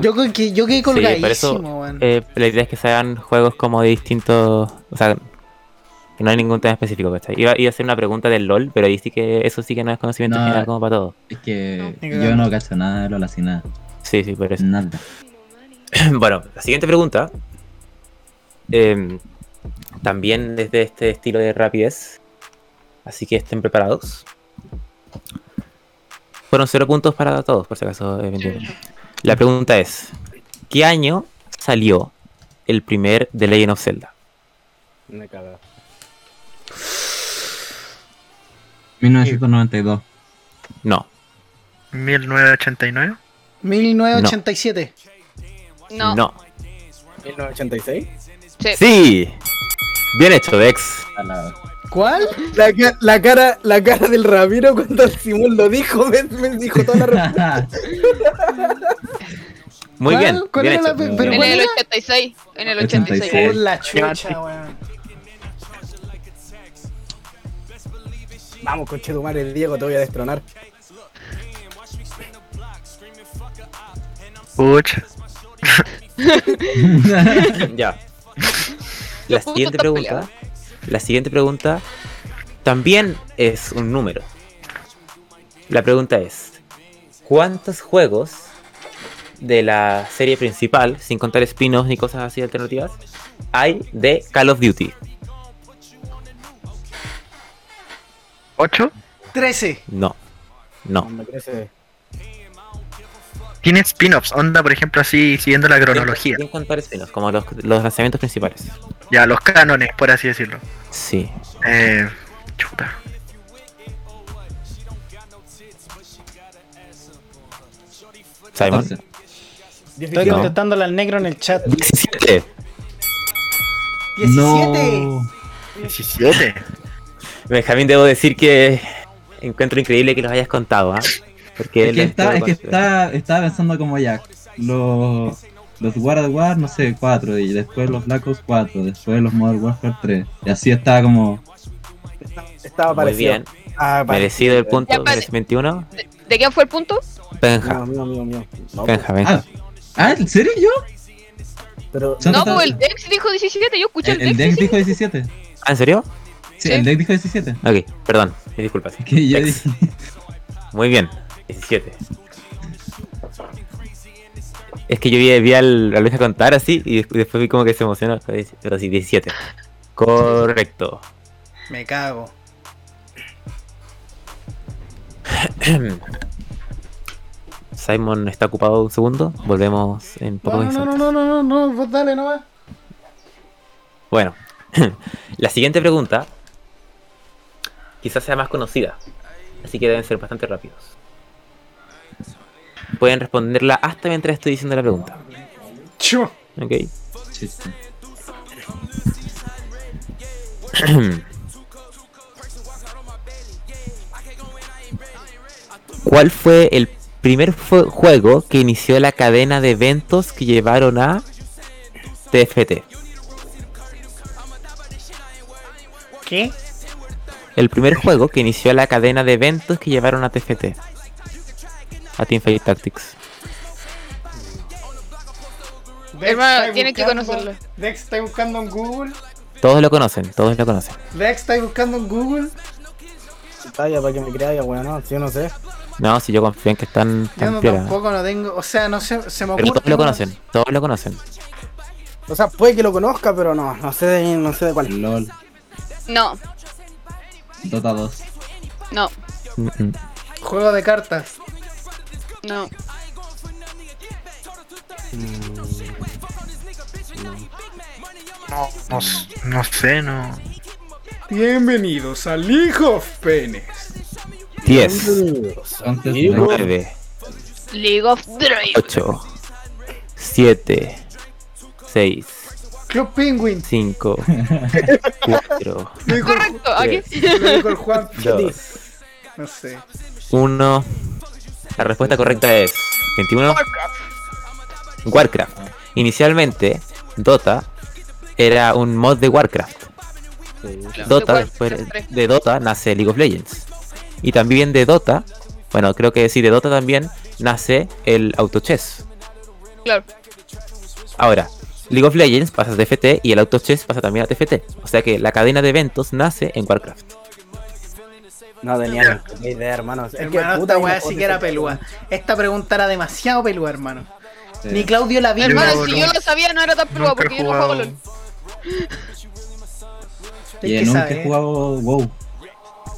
Speaker 3: Yo, creo que- yo quedé
Speaker 8: por eso,
Speaker 3: colgadísimo, weón.
Speaker 8: Eh, la idea es que se hagan juegos como de distintos. O sea, que no hay ningún tema específico. ¿cachai? Iba, iba a hacer una pregunta del LOL, pero ahí sí que eso sí que no es conocimiento
Speaker 7: No.
Speaker 8: general como para todo.
Speaker 7: Es que
Speaker 3: No.
Speaker 7: yo no cacho nada de Lola, así nada.
Speaker 8: Sí, sí, por eso.
Speaker 7: Nada.
Speaker 8: [CLEARS THROAT] Bueno, la siguiente pregunta. eh, también desde este estilo de rapidez. Así que estén preparados. Fueron cero puntos para todos, por si acaso. eh, 21. La pregunta es: ¿Qué año salió el primer The Legend of Zelda?
Speaker 4: Me cago.
Speaker 7: 1992.
Speaker 8: No,
Speaker 2: 1989.
Speaker 3: 1987.
Speaker 6: No.
Speaker 8: no.
Speaker 4: ¿1986?
Speaker 6: Sí.
Speaker 8: Sí. Bien hecho, Dex.
Speaker 7: A la-
Speaker 3: ¿Cuál?
Speaker 4: La, ca- la cara, la cara del Ramiro cuando el Simón lo dijo, me, me dijo toda la respuesta.
Speaker 8: Muy
Speaker 3: ¿Cuál?
Speaker 8: bien.
Speaker 3: ¿Cuál
Speaker 8: bien
Speaker 3: era la
Speaker 8: hecho.
Speaker 3: pe-
Speaker 7: muy
Speaker 3: pero
Speaker 6: En
Speaker 7: bien.
Speaker 3: cuál
Speaker 6: el
Speaker 3: era?
Speaker 6: 86. En el 86.
Speaker 7: 86.
Speaker 3: Por la chucha, weón.
Speaker 4: [LAUGHS] Vamos, coche tu madre, Diego, te voy a destronar.
Speaker 2: Pucha.
Speaker 6: [LAUGHS]
Speaker 8: Ya. La
Speaker 6: Los puntos
Speaker 8: siguiente
Speaker 6: están
Speaker 8: pregunta. La siguiente pregunta también es un número. La pregunta es: ¿Cuántos juegos de la serie principal, sin contar spin-offs ni cosas así alternativas, hay de Call of Duty?
Speaker 2: ¿8?
Speaker 3: 13.
Speaker 8: No. No.
Speaker 4: Cuando crece.
Speaker 2: Tiene spin-offs, onda, por ejemplo, así, siguiendo la cronología.
Speaker 8: Tienen contar spin-offs, como los, los lanzamientos principales.
Speaker 2: Ya, los cánones, por así decirlo.
Speaker 8: Sí.
Speaker 2: Eh, chuta.
Speaker 8: Simon.
Speaker 7: Entonces,
Speaker 3: Estoy
Speaker 8: No.
Speaker 3: contestándole al negro en el chat.
Speaker 8: 17.
Speaker 7: [LAUGHS] no.
Speaker 2: 17.
Speaker 8: Benjamín, debo decir que encuentro increíble que los hayas contado, ¿ah? Porque
Speaker 7: Es que,
Speaker 8: él
Speaker 7: está, es que
Speaker 8: estuvo con-
Speaker 7: está, estaba pensando como ya, los, los War at War, no sé, 4, y después los Black Ops 4, después los Modern Warfare 3, y así estaba como,
Speaker 4: Estaba
Speaker 8: Muy
Speaker 4: parecido.
Speaker 8: bien,
Speaker 4: Ah, parecido.
Speaker 8: merecido el punto,
Speaker 6: Ya, vale.
Speaker 8: merece 21.
Speaker 6: ¿De quién fue el punto?
Speaker 8: Benja,
Speaker 4: No, mío, mío, mío. No,
Speaker 8: Benja, Benja.
Speaker 7: ah, ah, ¿en serio yo?
Speaker 4: pero
Speaker 7: Son-
Speaker 6: No,
Speaker 7: está-
Speaker 6: pues el Dex dijo 17, yo escuché
Speaker 7: El,
Speaker 6: el,
Speaker 7: el Dex
Speaker 6: Dex.
Speaker 7: dijo 17, sí,
Speaker 8: Ah, ¿en serio?
Speaker 6: Sí.
Speaker 7: el Dex dijo 17,
Speaker 8: Ok, perdón, mis disculpas.
Speaker 7: Es [LAUGHS] que yo
Speaker 8: Dex.
Speaker 7: dije, [LAUGHS]
Speaker 8: Muy bien, 17. Es que yo vi, vi al, al Benja contar así y después, después vi como que se emocionó, pero sí, 17. Correcto. [CLEARS THROAT]
Speaker 3: Me cago.
Speaker 8: Simon está ocupado un segundo, volvemos en
Speaker 3: No,
Speaker 8: pocos
Speaker 3: no,
Speaker 8: instantes.
Speaker 3: no, no, no, no, no, vos dale nomás.
Speaker 8: Bueno, [LAUGHS] la siguiente pregunta quizás sea más conocida, así que deben ser bastante rápidos. Pueden responderla hasta mientras estoy diciendo la pregunta.
Speaker 3: Chu.
Speaker 8: ¿Ok? [CLEARS THROAT]
Speaker 7: chiste.
Speaker 8: ¿Cuál fue el primer fue- juego que inició la cadena de eventos que llevaron a TFT?
Speaker 3: ¿Qué?
Speaker 8: El primer juego que inició la cadena de eventos que llevaron a TFT. A Teamfight Tactics.
Speaker 3: Dex,
Speaker 6: Hermano,
Speaker 3: ¿estáis
Speaker 6: tienen que
Speaker 3: buscando-
Speaker 6: conocerlo.
Speaker 3: Dex, ¿estáis buscando en Google?
Speaker 8: Todos lo conocen, todos lo conocen.
Speaker 3: Dex, ¿estáis buscando en Google?
Speaker 4: talla para que me crea, weón, no, si yo no sé.
Speaker 8: No, si yo confío en que están
Speaker 3: Yo
Speaker 8: tan
Speaker 3: no,
Speaker 8: piola.
Speaker 3: tampoco no tengo, o sea, no sé, se me ocurre.
Speaker 8: Pero todos lo
Speaker 3: uno.
Speaker 8: conocen, todos lo conocen.
Speaker 4: O sea, puede que lo conozca, pero no, no sé de, no sé de cuál.
Speaker 7: LOL,
Speaker 6: No,
Speaker 7: Dota 2,
Speaker 6: no,
Speaker 8: Mm, mm.
Speaker 3: Juego de cartas.
Speaker 6: no.
Speaker 2: No, no, s- no sé, no.
Speaker 3: Bienvenidos al League of Penes.
Speaker 8: 10,
Speaker 7: Counter
Speaker 4: Y-
Speaker 7: Strike,
Speaker 8: 9,
Speaker 6: League of Dreams.
Speaker 8: 8, 7, 6,
Speaker 3: Club Penguin.
Speaker 8: 5, 4,
Speaker 3: Lo dijo,
Speaker 6: Correcto, aquí.
Speaker 3: lo dijo el Juan.
Speaker 8: 2,
Speaker 3: No sé.
Speaker 8: 1. La respuesta correcta es 21. Warcraft. Inicialmente, Dota era un mod de Warcraft. Dota,
Speaker 6: De
Speaker 8: después
Speaker 6: Warcraft tres.
Speaker 8: de Dota nace League of Legends. Y también de Dota, bueno, creo que sí, de Dota también nace el Autochess.
Speaker 6: Claro.
Speaker 8: Ahora, League of Legends pasa a TFT y el Autochess pasa también a TFT. O sea que la cadena de eventos nace en Warcraft.
Speaker 4: No tenía ni idea, hermano. Es
Speaker 3: hermano, esta
Speaker 4: que
Speaker 3: weá
Speaker 4: no
Speaker 3: sí que era
Speaker 4: puedo
Speaker 3: pelúa. Esta pregunta era demasiado pelúa, hermano.
Speaker 7: sí.
Speaker 3: Ni Claudio la vio.
Speaker 6: Hermano,
Speaker 2: no,
Speaker 6: si
Speaker 2: no.
Speaker 6: yo lo sabía no era tan prueba
Speaker 2: Nunca he
Speaker 6: porque yo no juego
Speaker 2: jugado.
Speaker 6: LOL.
Speaker 3: Hay
Speaker 7: y
Speaker 3: que
Speaker 7: nunca
Speaker 3: saber.
Speaker 7: he jugado WoW,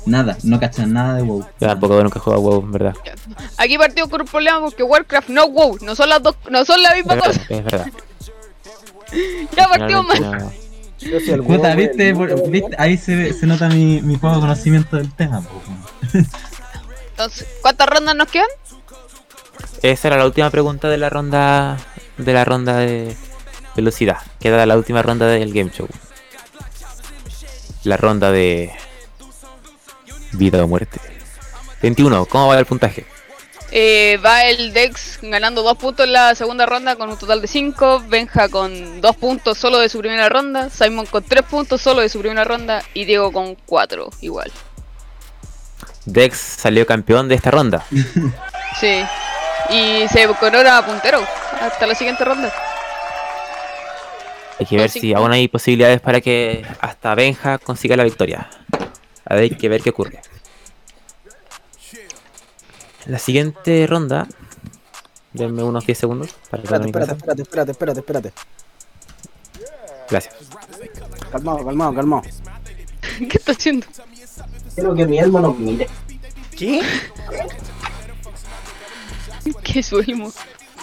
Speaker 7: nada, no cachan nada de WoW.
Speaker 8: Yo tampoco nunca he jugado a WoW, en verdad.
Speaker 6: Aquí partimos con un problema porque Warcraft no WoW, no son las dos, no son la misma cosa. [LAUGHS]
Speaker 8: Es verdad.
Speaker 6: Ya partimos mal.
Speaker 8: Finalmente no.
Speaker 4: Yo soy el
Speaker 7: Puta,
Speaker 4: huevo,
Speaker 7: viste,
Speaker 4: el huevo,
Speaker 7: Por- viste, ahí se, ve- se nota mi, mi poco conocimiento del tema. po.
Speaker 6: Entonces, ¿cuántas rondas nos quedan?
Speaker 8: Esa era la última pregunta de la ronda de la ronda de velocidad. Queda la última ronda del game show. La ronda de vida o muerte. 21, ¿cómo va el puntaje?
Speaker 6: Eh, va el Dex ganando dos puntos en la segunda ronda con un total de 5, Benja con dos puntos solo de su primera ronda, Simon con tres puntos solo de su primera ronda y Diego con cuatro igual.
Speaker 8: Dex salió campeón de esta ronda.
Speaker 6: Sí. Y se corona puntero hasta la siguiente ronda. [LAUGHS]
Speaker 8: Hay que ver si aún hay posibilidades para que hasta Benja consiga la victoria. A ver, hay que ver qué ocurre. La siguiente ronda. Denme unos 10 segundos para
Speaker 4: Espérate,
Speaker 8: terminar.
Speaker 4: espérate, espérate, espérate, espérate, espérate.
Speaker 8: Gracias.
Speaker 4: Calmado, calmado, calmado.
Speaker 6: ¿Qué está haciendo? [LAUGHS]
Speaker 4: Quiero que mi alma nos mire.
Speaker 3: ¿Qué?
Speaker 6: y subimos.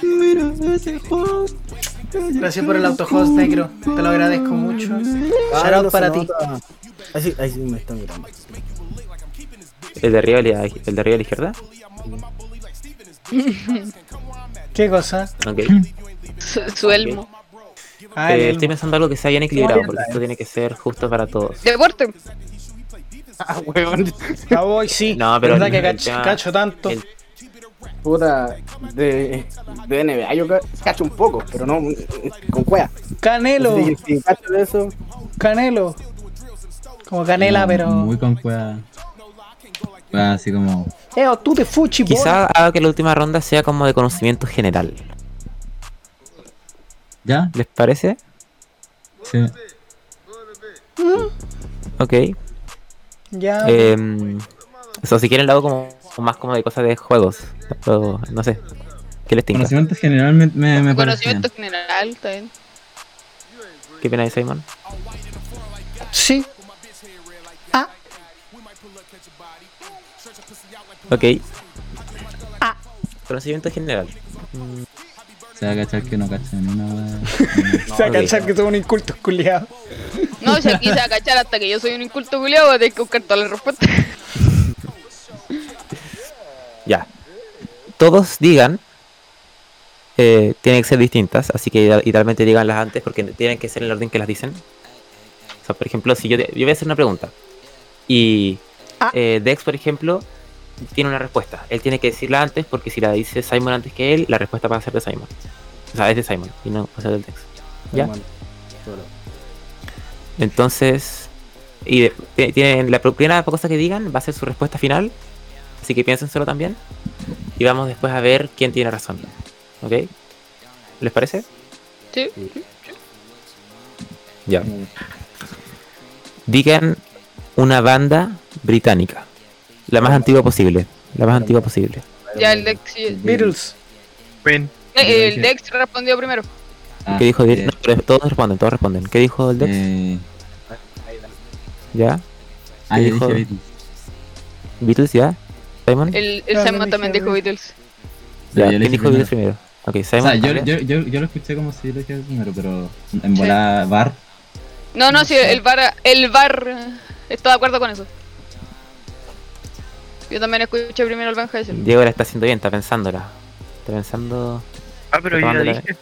Speaker 7: Mira ese juego.
Speaker 3: Gracias por el autohost, negro. Te lo agradezco mucho.
Speaker 4: Ah,
Speaker 3: Shout out para ti.
Speaker 4: Así, ahí sí me están mirando.
Speaker 8: ¿El de arriba, a la- el de arriba a la izquierda?
Speaker 3: ¿Qué cosa?
Speaker 8: Ok.
Speaker 6: Su, su elmo.
Speaker 3: Ah,
Speaker 8: Eh,
Speaker 3: el-
Speaker 8: estoy pensando algo que sea bien equilibrado, porque esto tiene que ser justo para todos.
Speaker 6: Deporte.
Speaker 4: Ah, weón.
Speaker 3: Ah, voy, sí.
Speaker 8: No, pero
Speaker 3: ¿Verdad
Speaker 8: el-
Speaker 3: que cach-
Speaker 8: ya-
Speaker 3: cacho tanto?
Speaker 8: el-
Speaker 4: Puta de, de NBA. Yo ca- cacho un poco, pero no con cuea.
Speaker 3: Canelo,
Speaker 4: Así que si cacho de eso,
Speaker 3: Canelo. Como
Speaker 8: Mm.
Speaker 3: Canela, pero.
Speaker 7: Muy con cueva. Cueva así como.
Speaker 3: Eh, tú te fuchi, po.
Speaker 8: Quizá haga que la última ronda sea como de conocimiento general.
Speaker 7: ¿Ya?
Speaker 8: ¿Les parece?
Speaker 7: Sí.
Speaker 8: Ok.
Speaker 3: Ya.
Speaker 8: em, o sea, si quieren, lo hago como, más como de cosas de juegos. O, no sé. ¿Qué les tinca?
Speaker 7: Conocimiento general me, me, me parece. bien.
Speaker 6: Conocimiento general, está bien.
Speaker 8: ¿Qué pena de Simon?
Speaker 3: Sí.
Speaker 8: Ok.
Speaker 3: Ah.
Speaker 8: Conocimiento general.
Speaker 7: Se va a cachar que no cacha ni una wea.
Speaker 3: Se va a
Speaker 8: ok.
Speaker 3: cachar que todo un inculto culiado.
Speaker 6: No, si
Speaker 7: [LAUGHS]
Speaker 6: aquí se va a cachar hasta que yo soy un inculto culiado, voy a tener que buscar todas las respuestas.
Speaker 8: Ya. Todos digan. eh, tienen que ser distintas, así que ide- idealmente díganlas antes porque tienen que ser en el orden que las dicen. O sea, por ejemplo, si yo, te- yo voy a hacer una pregunta y eh, Dex, por ejemplo, tiene una respuesta. Él tiene que decirla antes porque si la dice Simon antes que él, la respuesta va a ser de Simon. O sea, es de Simon y no va a ser del Dex. ¿Ya? Entonces, y de- ti- tienen la primera cosa que digan va a ser su respuesta final, así que piénsenselo también. Y vamos después a ver quién tiene razón. ¿Ok? ¿Les parece?
Speaker 6: Sí.
Speaker 8: Ya. Digan una banda británica. La más antigua posible. La más antigua posible.
Speaker 6: Ya el Dex. sí.
Speaker 3: Beatles.
Speaker 2: Queen.
Speaker 6: Eh, El Dex respondió primero.
Speaker 7: Ah,
Speaker 8: [LAUGHS] ¿Qué dijo Dir-
Speaker 7: eh,
Speaker 8: No, pero todos responden, todos responden. ¿Qué dijo el Dex?
Speaker 7: eh,
Speaker 8: ¿Ya?
Speaker 7: ah, yo
Speaker 8: dijo-
Speaker 7: dije Beatles.
Speaker 8: ¿Beatles ya? ¿Simon?
Speaker 6: El, el
Speaker 3: No, no
Speaker 6: Simon
Speaker 3: dije
Speaker 6: también dijo
Speaker 3: nada.
Speaker 6: Beatles.
Speaker 8: Ya,
Speaker 7: yo
Speaker 8: ¿Quién
Speaker 7: elegí
Speaker 8: dijo Beatles primero? Ok,
Speaker 7: O
Speaker 8: Simon.
Speaker 7: sea, yo,
Speaker 8: ah, ya.
Speaker 7: yo, yo, yo lo escuché como si lo dijera primero, pero en
Speaker 8: [LAUGHS]
Speaker 7: volada bar.
Speaker 6: No, no, sí, el bar, el bar eh, está de acuerdo con eso. Yo también escuché primero el Van Helsing.
Speaker 8: Diego la está haciendo bien, está pensándola. Está pensando.
Speaker 2: Ah, pero yo ya
Speaker 8: Tomándola.
Speaker 2: dije.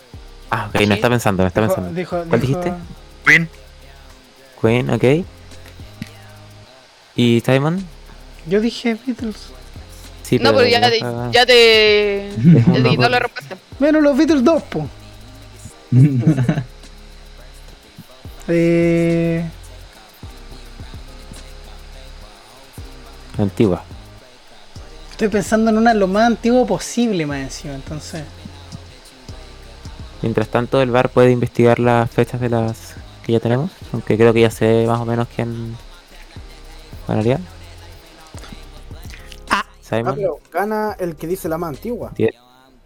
Speaker 8: Ah, ok,
Speaker 6: Sí.
Speaker 8: no está pensando, no está
Speaker 3: Dijo-
Speaker 8: pensando.
Speaker 3: dijo-
Speaker 8: ¿Cuál
Speaker 3: dijo-
Speaker 8: dijiste?
Speaker 2: Queen.
Speaker 8: Queen, ok. ¿Y Simon?
Speaker 3: Yo dije Beatles.
Speaker 8: Sí,
Speaker 6: No, pero ya,
Speaker 8: la
Speaker 6: te-
Speaker 8: caga.
Speaker 6: ya te.
Speaker 8: Es
Speaker 6: Ya te
Speaker 8: uno
Speaker 6: quitó
Speaker 8: por-
Speaker 6: la respuesta.
Speaker 3: Bueno, los Beatles 2, po. Eh.
Speaker 8: Antigua.
Speaker 3: Estoy pensando en una lo más antigua posible, más encima, entonces.
Speaker 8: Mientras tanto, el bar puede investigar las fechas de las que ya tenemos, aunque creo que ya sé más o menos quién ganaría.
Speaker 4: Ah,
Speaker 8: Simon.
Speaker 4: pero gana el que dice la más antigua.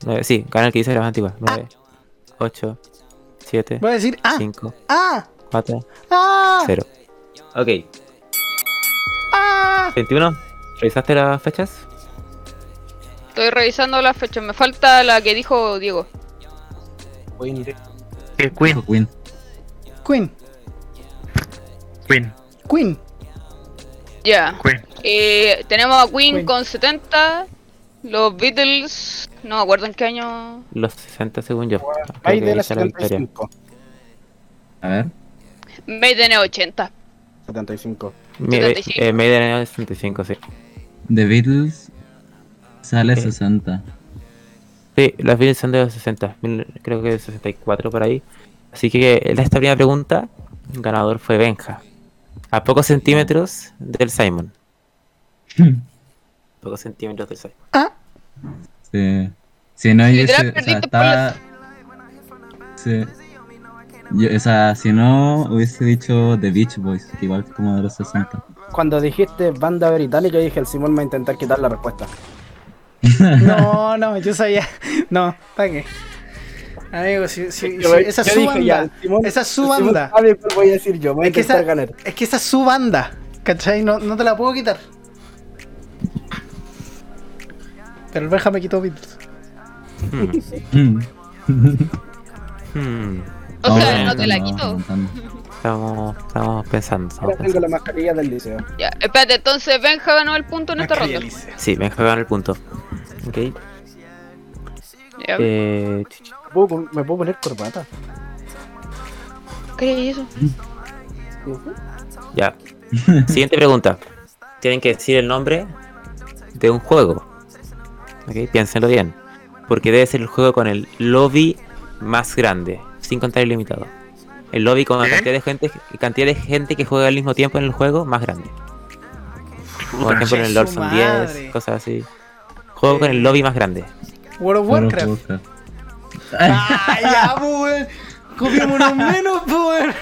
Speaker 8: Nueve- sí, gana el que dice las antiguas. 9, 8, 7,
Speaker 3: Voy a decir, ah,
Speaker 8: 5,
Speaker 3: ah,
Speaker 8: 4,
Speaker 3: ah,
Speaker 8: 0. Ok. 21. ¿Revisaste las fechas?
Speaker 6: Estoy revisando las fechas. Me falta la que dijo Diego.
Speaker 2: Que Queen.
Speaker 7: Queen.
Speaker 3: Queen,
Speaker 2: Queen.
Speaker 8: [LAUGHS]
Speaker 3: Queen.
Speaker 6: Ya.
Speaker 2: Queen.
Speaker 6: Eh, tenemos a Queen
Speaker 3: Queen.
Speaker 6: con 70. Los Beatles. No me acuerdo en qué año.
Speaker 8: Los 60 según yo. Creo
Speaker 4: Ahí
Speaker 8: que
Speaker 4: de
Speaker 8: ahí
Speaker 4: la
Speaker 8: está la victoria.
Speaker 4: 75.
Speaker 7: A ver.
Speaker 6: Maiden es 80.
Speaker 4: 75.
Speaker 8: Mi-
Speaker 6: 75.
Speaker 8: eh, Maiden era de 75, sí.
Speaker 7: The Beatles sale
Speaker 8: Sí.
Speaker 7: 60.
Speaker 8: Sí, las Beatles son de los 60, mil- creo que de 64 por ahí. Así que en esta primera pregunta, el ganador fue Benja. A pocos centímetros del Simon. Pocos centímetros del Simon.
Speaker 7: Sí. Si no hubiese.
Speaker 6: Literal,
Speaker 7: O sea,
Speaker 6: perdiste
Speaker 7: estaba. Sí. Yo, o sea, si no hubiese dicho The Beach Boys, que igual es como de los 60.
Speaker 4: Cuando dijiste banda británica, dije el Simón va a intentar quitar la respuesta.
Speaker 3: No, no, yo sabía. [LAUGHS] No, ¿para qué? Amigo, si, si, si- esa es
Speaker 4: Yo
Speaker 3: su
Speaker 4: dije, ya,
Speaker 3: banda.
Speaker 4: el Simón-
Speaker 3: Esa es su
Speaker 4: el Simón
Speaker 3: banda.
Speaker 4: sabe cuál voy a decir yo, voy a
Speaker 3: Es que
Speaker 4: intentar
Speaker 3: esa-
Speaker 4: ganar.
Speaker 3: Es que esa es su banda. ¿Cachai? No, no te la puedo quitar. Pero el Benja me quitó Beatles.
Speaker 8: Hmm,
Speaker 7: Mm.
Speaker 8: hmm.
Speaker 6: O
Speaker 7: Vamos
Speaker 6: sea, no te la
Speaker 7: aumentando,
Speaker 6: quito.
Speaker 7: aumentando.
Speaker 8: Estamos, estamos pensando. estamos
Speaker 4: Ahora tengo
Speaker 8: pensando.
Speaker 4: la mascarilla del liceo.
Speaker 6: Ya, espérate, entonces Benja ganó el punto en esta ronda.
Speaker 8: Sí, me juegan el punto. Ok.
Speaker 6: Ya.
Speaker 8: Eh,
Speaker 4: ¿Me puedo, pon- me puedo poner corbata?
Speaker 6: ¿Qué es eso?
Speaker 8: Ya. Siguiente pregunta. Tienen que decir el nombre de un juego. Ok, piénsenlo bien. Porque debe ser el juego con el lobby más grande, sin contar el limitado. El lobby con la
Speaker 2: ¿Eh?
Speaker 8: cantidad de gente, cantidad de gente que juega al mismo tiempo en el juego más grande. Por
Speaker 2: Puta.
Speaker 8: ejemplo, en el LoL
Speaker 3: Su
Speaker 8: son
Speaker 3: madre. Eh,
Speaker 8: 10, cosas así. Juego con el lobby más grande.
Speaker 3: World of
Speaker 7: World of
Speaker 3: Warcraft.
Speaker 7: Warcraft.
Speaker 3: Ah, ya, pues, weón. Copiémonos menos, pues,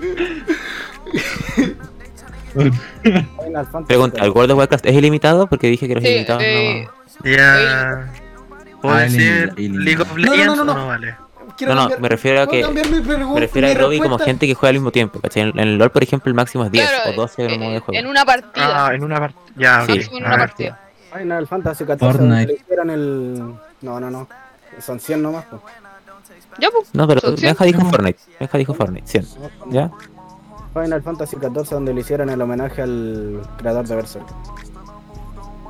Speaker 3: weón.
Speaker 4: Oigan, Alfonso,
Speaker 8: Pregunta, ¿el World of Warcraft es ilimitado? Porque dije que los
Speaker 6: Sí,
Speaker 8: ilimitados
Speaker 6: eh,
Speaker 2: Ya. ¿Puedo
Speaker 7: Ah,
Speaker 2: decir
Speaker 7: elimina- elimina.
Speaker 2: League of
Speaker 3: no,
Speaker 2: Legends
Speaker 3: no,
Speaker 2: o
Speaker 3: no.
Speaker 2: no vale?
Speaker 8: no...
Speaker 3: Quiero
Speaker 8: No, no,
Speaker 3: cambiar-
Speaker 8: me refiero a
Speaker 3: ¿puedo
Speaker 8: que...
Speaker 3: cambiar mi pregunta?
Speaker 8: Me refiero
Speaker 3: mi
Speaker 8: al lobby como
Speaker 3: respuesta?
Speaker 8: gente que juega al mismo tiempo, ¿cachai? En, en el LoL, por ejemplo, el máximo es 10
Speaker 6: claro,
Speaker 8: o 12 en un modo de
Speaker 6: eh,
Speaker 8: juego.
Speaker 6: en una partida.
Speaker 2: Ah, en una partida. Ya,
Speaker 8: Sí.
Speaker 2: ok.
Speaker 6: máximo en
Speaker 2: A
Speaker 6: una
Speaker 2: ver.
Speaker 6: partida.
Speaker 4: Final Fantasy 14
Speaker 7: Fortnite.
Speaker 4: donde le hicieron el. No, no, no. Son 100 nomás. Pues.
Speaker 6: Ya, pues.
Speaker 8: No, pero
Speaker 6: Son cien.
Speaker 8: Benja dijo Fortnite. Benja dijo Fortnite, 100. ¿Ya?
Speaker 4: Final Fantasy 14 donde le hicieron el homenaje al creador de Berserk.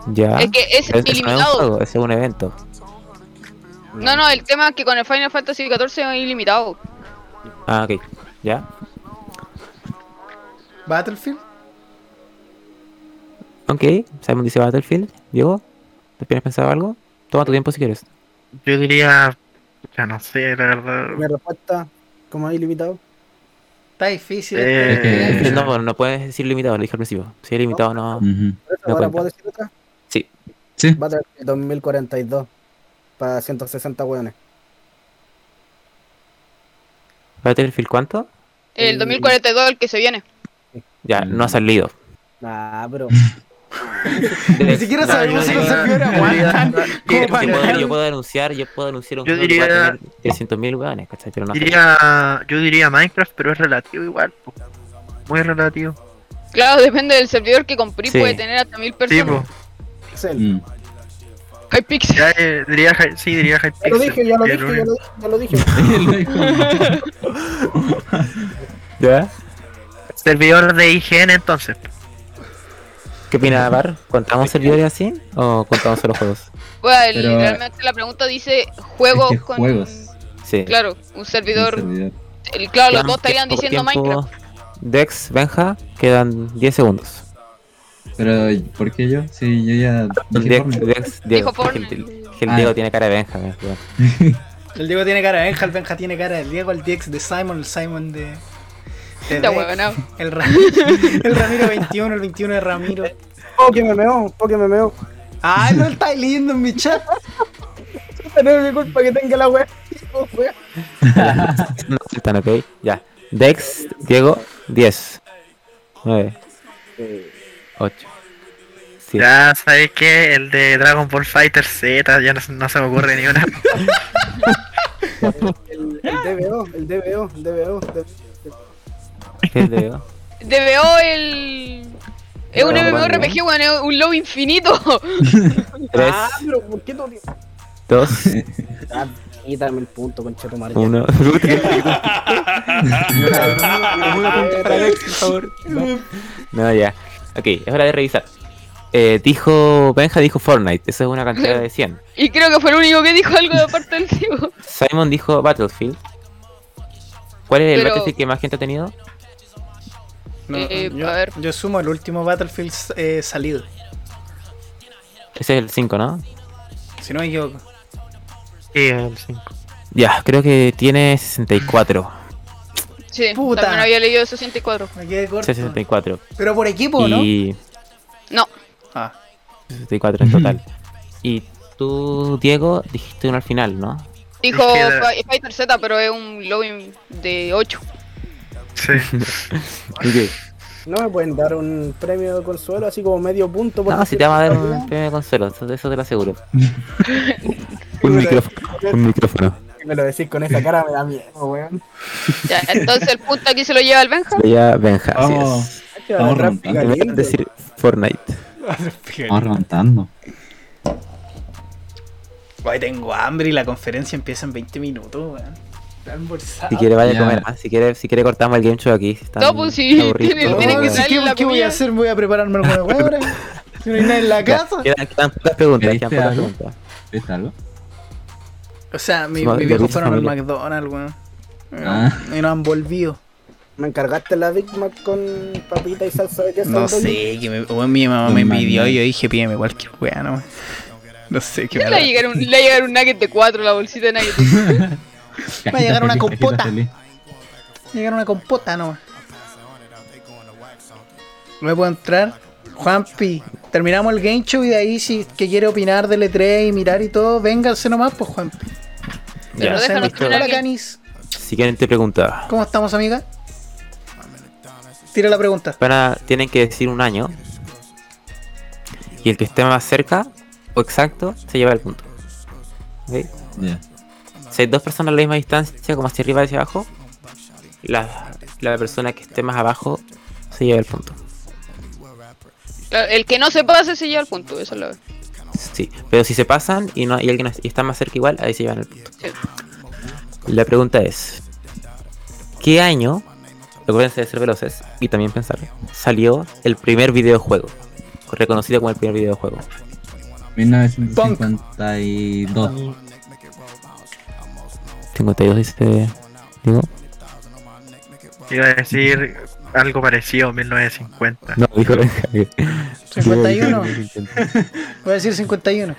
Speaker 8: Ya.
Speaker 6: Es que es
Speaker 8: Pero ese no ¿Ah? es un
Speaker 6: ilimitado.
Speaker 8: juego, ese es un evento.
Speaker 6: No, no, el tema es que con el Final Fantasy XIV es ilimitado.
Speaker 8: Ah, ok. ¿Ya?
Speaker 3: Battlefield.
Speaker 8: Ok. Simon dice Battlefield. Diego, ¿te tienes pensado algo? Toma tu tiempo si quieres.
Speaker 2: Yo diría. Ya no sé, la verdad.
Speaker 4: Mi respuesta, como ahí limitado.
Speaker 3: Está difícil.
Speaker 2: Eh,
Speaker 7: Es que-
Speaker 8: No, bueno, no puedes decir limitado, lo dije al principio. Si es limitado, no.
Speaker 7: Ujú.
Speaker 4: Por eso,
Speaker 8: No
Speaker 4: ¿Ahora
Speaker 8: cuenta.
Speaker 4: puedo decir otra?
Speaker 8: Sí.
Speaker 7: Sí.
Speaker 4: Battlefield 2042 para 160 hueones.
Speaker 8: ¿Battlefield cuánto?
Speaker 6: El 2042 el que se viene.
Speaker 8: Ya, no ha salido.
Speaker 4: Ah, pero.
Speaker 3: Ni siquiera
Speaker 8: No,
Speaker 3: sabemos
Speaker 8: no,
Speaker 3: si los
Speaker 8: no,
Speaker 3: servidores [LAUGHS] aguantan.
Speaker 8: Yo
Speaker 3: ¿Cómo
Speaker 8: puedo,
Speaker 3: para
Speaker 8: yo puedo anunciar, yo puedo anunciar un
Speaker 2: Yo
Speaker 8: juego que va
Speaker 2: diría-
Speaker 8: a tener 300.000 weones, ¿cachai? Pero no ha salido.
Speaker 2: Diría, yo diría Minecraft, pero es relativo igual. po. Muy relativo.
Speaker 6: Claro, [LAUGHS] depende del servidor que compré,
Speaker 8: Sí.
Speaker 6: puede tener hasta mil
Speaker 2: Sí,
Speaker 6: personas.
Speaker 2: po.
Speaker 4: Excel.
Speaker 7: Mm. [LAUGHS]
Speaker 6: [LAUGHS] Hypixel.
Speaker 2: Ya, eh, diría, Hy- sí, diría
Speaker 4: Ya lo
Speaker 2: Hypixel.
Speaker 4: dije, ya lo
Speaker 2: que es
Speaker 4: dije,
Speaker 2: el
Speaker 4: ya
Speaker 2: único.
Speaker 4: lo dije, ya lo dije.
Speaker 8: ¿Ya?
Speaker 2: Servidor de IGN entonces.
Speaker 8: ¿Qué opina Bar? ¿Contamos servidores así o contamos solo juegos?
Speaker 6: Bueno, el-
Speaker 7: Pero-
Speaker 6: literalmente la pregunta dice
Speaker 7: Es
Speaker 6: juegos
Speaker 7: que
Speaker 6: con.
Speaker 7: juegos.
Speaker 8: Sí.
Speaker 6: Claro, un servidor.
Speaker 7: Un servidor.
Speaker 6: el- claro, los
Speaker 8: Quedan
Speaker 6: dos estarían
Speaker 8: poco
Speaker 6: diciendo
Speaker 8: tiempo.
Speaker 6: Minecraft.
Speaker 8: Dex, Benja, quedan 10 segundos.
Speaker 7: Pero, ¿por qué yo? Sí, yo ya. dije
Speaker 8: Dex,
Speaker 7: Fortnite.
Speaker 8: Dex, Diego.
Speaker 6: Dijo
Speaker 8: que el-
Speaker 6: Fortnite.
Speaker 8: que el
Speaker 7: Ah.
Speaker 8: Diego tiene cara de Benja. eh. Benja.
Speaker 3: El Diego tiene cara de Benja, el Benja tiene cara del Diego, el Diex de Simon, el Simon de. de [LAUGHS]
Speaker 6: Esta
Speaker 3: Dex,
Speaker 6: huevona.
Speaker 3: el, Ra- el Ramiro 21, el 21 de Ramiro.
Speaker 4: Poke Oh, me meo, Poke me meo.
Speaker 3: Ah, no está leyendo en mi chat.
Speaker 4: No es mi culpa que tenga la wea. Hijo, wea.
Speaker 8: No aceptan, ok. Ya. Dex, Diego, 10. 9. 8. 7.
Speaker 2: Ya, ¿sabéis qué? El de Dragon Ball Fighter Z, ya no, se- no se me ocurre
Speaker 8: [LAUGHS]
Speaker 2: ni una.
Speaker 4: El, el DBO, el DBO, el DBO.
Speaker 8: Diego?
Speaker 6: DBO el. Es un
Speaker 8: Pero,
Speaker 6: MMORPG, weón, es un lobby infinito. [LAUGHS]
Speaker 8: 3,
Speaker 4: Ah, pero ¿por qué no?
Speaker 8: 2,
Speaker 4: Ah, quítame el punto, concha tu madre.
Speaker 8: [LAUGHS] 1.
Speaker 3: Para Dex, por favor.
Speaker 8: No, ya. Ok, es hora de revisar. Eh, dijo Benja dijo Fortnite, eso es una cantidad de 100.
Speaker 6: Y creo que fue el único que dijo algo de aparte del [LAUGHS] tío.
Speaker 8: Simon dijo Battlefield. ¿Cuál es el
Speaker 6: Pero-
Speaker 8: Battlefield que más gente ha tenido?
Speaker 3: No,
Speaker 6: Eh,
Speaker 3: yo,
Speaker 6: a ver.
Speaker 3: yo sumo el último Battlefield eh, salido,
Speaker 8: Ese es el 5, ¿no?
Speaker 3: si no me equivoco.
Speaker 2: Sí, el 5.
Speaker 8: Ya, creo que tiene 64.
Speaker 6: Sí,
Speaker 3: Puta.
Speaker 6: también había leído 64.
Speaker 3: Me quedé corto.
Speaker 8: 64.
Speaker 3: Pero por equipo, ¿no?
Speaker 8: Y
Speaker 6: No,
Speaker 3: Ah,
Speaker 8: 64 en total. y tú, Diego, dijiste uno al final, ¿no?
Speaker 6: dijo
Speaker 2: Es que-
Speaker 6: Fi- Fighter Z, pero es un lobby de 8.
Speaker 2: Sí.
Speaker 4: No me pueden dar un premio de consuelo, así como medio punto. por
Speaker 8: No, si
Speaker 4: decir-
Speaker 8: te vamos a dar un premio de consuelo, eso, eso te lo aseguro.
Speaker 4: Un micrófono,
Speaker 8: un micrófono.
Speaker 4: Me lo decís con esa cara, me da miedo, weón.
Speaker 6: Ya, entonces el punto aquí se lo lleva el Benja.
Speaker 8: Ya, Benja, así
Speaker 7: Vamos,
Speaker 8: es.
Speaker 7: Vamos,
Speaker 4: Rap
Speaker 7: remontando.
Speaker 4: Galindo.
Speaker 8: Deberían decir Fortnite.
Speaker 7: vamos remontando.
Speaker 3: Hoy tengo hambre y la conferencia empieza en 20 minutos, weón. Está almorzado.
Speaker 8: Si quiere vaya
Speaker 7: Ya.
Speaker 8: a comer más, si quiere, si quiere cortamos el game show aquí. si están
Speaker 6: No, pues sí,
Speaker 8: aburridos,
Speaker 6: tiene-
Speaker 8: weón.
Speaker 3: No,
Speaker 6: tiene que
Speaker 3: pues,
Speaker 6: salir
Speaker 3: ¿qué,
Speaker 6: la
Speaker 3: ¿Qué voy a
Speaker 6: comida.
Speaker 3: hacer? ¿Me voy a prepararme alguna hueá
Speaker 6: [LAUGHS]
Speaker 3: ahora? Si no hay nada en la
Speaker 8: Ya,
Speaker 3: casa.
Speaker 8: Quedan, quedan pocas preguntas,
Speaker 7: ¿Pediste
Speaker 8: quedan pocas
Speaker 7: algo?
Speaker 8: preguntas.
Speaker 7: ¿Viste algo?
Speaker 3: O sea, mi-
Speaker 8: Su
Speaker 3: mis
Speaker 8: madre-
Speaker 3: viejos
Speaker 8: su
Speaker 3: fueron al
Speaker 8: familia.
Speaker 3: McDonald's, weón.
Speaker 7: Ah.
Speaker 3: Y no han volvido.
Speaker 4: ¿Me encargaste la Big Mac con papita y salsa de queso?
Speaker 3: No
Speaker 4: al doble?
Speaker 3: sé, que me, weón, mi mamá me
Speaker 7: Los
Speaker 3: envidió y
Speaker 7: McDonald's.
Speaker 3: yo dije, pídeme cualquier weá, no. No sé qué
Speaker 6: Le
Speaker 3: me
Speaker 6: va a llegar un, le va a llegar un nugget de 4, la bolsita de nuggets.
Speaker 7: Cajita
Speaker 3: llegar una
Speaker 7: feliz, cajita
Speaker 3: compota.
Speaker 7: feliz.
Speaker 3: Llegar una compota nomás. Luego puedo entrar. Juanpi, terminamos el game show y de ahí si es que quiere opinar del E3 y mirar y todo, vénganse nomás, pues Juanpi.
Speaker 8: Ya.
Speaker 3: Pero
Speaker 6: déjanos
Speaker 3: déjanos
Speaker 6: terminar
Speaker 3: Hola
Speaker 6: el game.
Speaker 3: Canis,
Speaker 8: Siguiente pregunta.
Speaker 3: ¿cómo estamos amiga? Tira la pregunta.
Speaker 8: Van a- tienen que decir un año. Y el que esté más cerca o exacto se lleva el punto. ¿Ok?
Speaker 7: Ya.
Speaker 8: Si hay dos personas a la misma distancia, como hacia arriba y hacia abajo, la, la persona que esté más abajo se lleva el punto.
Speaker 6: Claro, El que no se pase se lleva el punto, eso es lo
Speaker 8: Sí, pero si se pasan y, no, y alguien es- y está más cerca igual, ahí se llevan el punto.
Speaker 6: Sí.
Speaker 8: La pregunta es, ¿qué año, acuérdense de ser veloces y también pensar, salió el primer videojuego? Reconocido como el primer videojuego.
Speaker 7: 1952.
Speaker 8: 52 dice... ¿Digo?
Speaker 2: Iba a decir algo parecido, 1950.
Speaker 8: No, dijo
Speaker 3: 51. Voy a decir 51.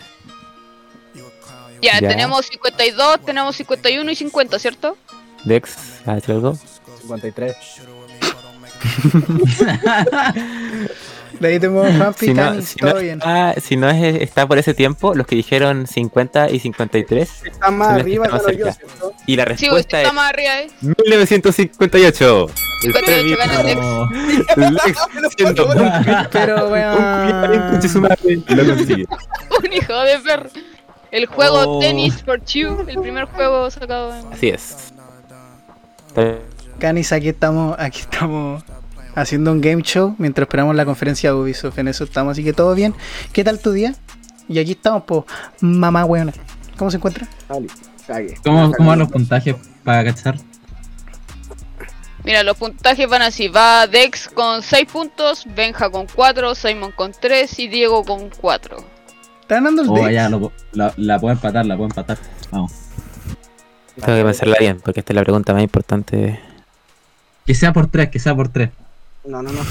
Speaker 6: Ya,
Speaker 8: Ya.
Speaker 6: tenemos 52, tenemos 51 y 50, ¿cierto?
Speaker 8: [LAUGHS] Dex, ¿ha hecho algo?
Speaker 4: 53.
Speaker 3: De ahí
Speaker 8: [LAUGHS]
Speaker 3: tengo Juanpi,
Speaker 8: Si no,
Speaker 3: Canis,
Speaker 8: si
Speaker 3: todo
Speaker 8: no ah,
Speaker 3: bien.
Speaker 8: está, si no es, está por ese tiempo, los que dijeron 50 y 53,
Speaker 4: Está más
Speaker 8: Son las que
Speaker 4: arriba
Speaker 8: están
Speaker 4: que yo,
Speaker 8: más
Speaker 4: ¿cierto?
Speaker 8: y la
Speaker 6: Sí, usted
Speaker 8: respuesta
Speaker 6: está
Speaker 8: es
Speaker 6: más arriba, ¿eh? [LAUGHS]
Speaker 8: 1958. El
Speaker 6: 58
Speaker 8: premio
Speaker 6: gana el Dex.
Speaker 7: Oh.
Speaker 8: Lex
Speaker 7: [LAUGHS]
Speaker 8: siendo [LAUGHS] un
Speaker 3: Pero
Speaker 8: culiao en
Speaker 3: weón.
Speaker 8: coche su madre, lo consigue.
Speaker 6: Un hijo de perro. El juego
Speaker 8: Oh.
Speaker 6: Tennis for Two, el primer juego sacado en...
Speaker 8: Así es. Pero
Speaker 3: Canis, aquí estamos, aquí estamos haciendo un game show mientras esperamos la conferencia de Ubisoft. En eso estamos, así que todo bien. ¿Qué tal tu día? Y aquí estamos, pues, mamá weona. ¿Cómo se encuentra?
Speaker 4: Dale, cague.
Speaker 7: ¿Cómo, ¿Cómo van los puntajes para cachar?
Speaker 6: Mira, los puntajes van así. Va Dex con 6 puntos, Benja con 4, Simon con 3 y Diego con 4.
Speaker 3: ¿Está ganando el
Speaker 7: Oh,
Speaker 3: Dex?
Speaker 7: ya, lo- la, la puedo empatar, la puedo empatar. Vamos.
Speaker 8: Tengo que pensarla bien, porque esta es la pregunta más importante.
Speaker 7: Que sea por tres, que sea por tres.
Speaker 4: No, no, no.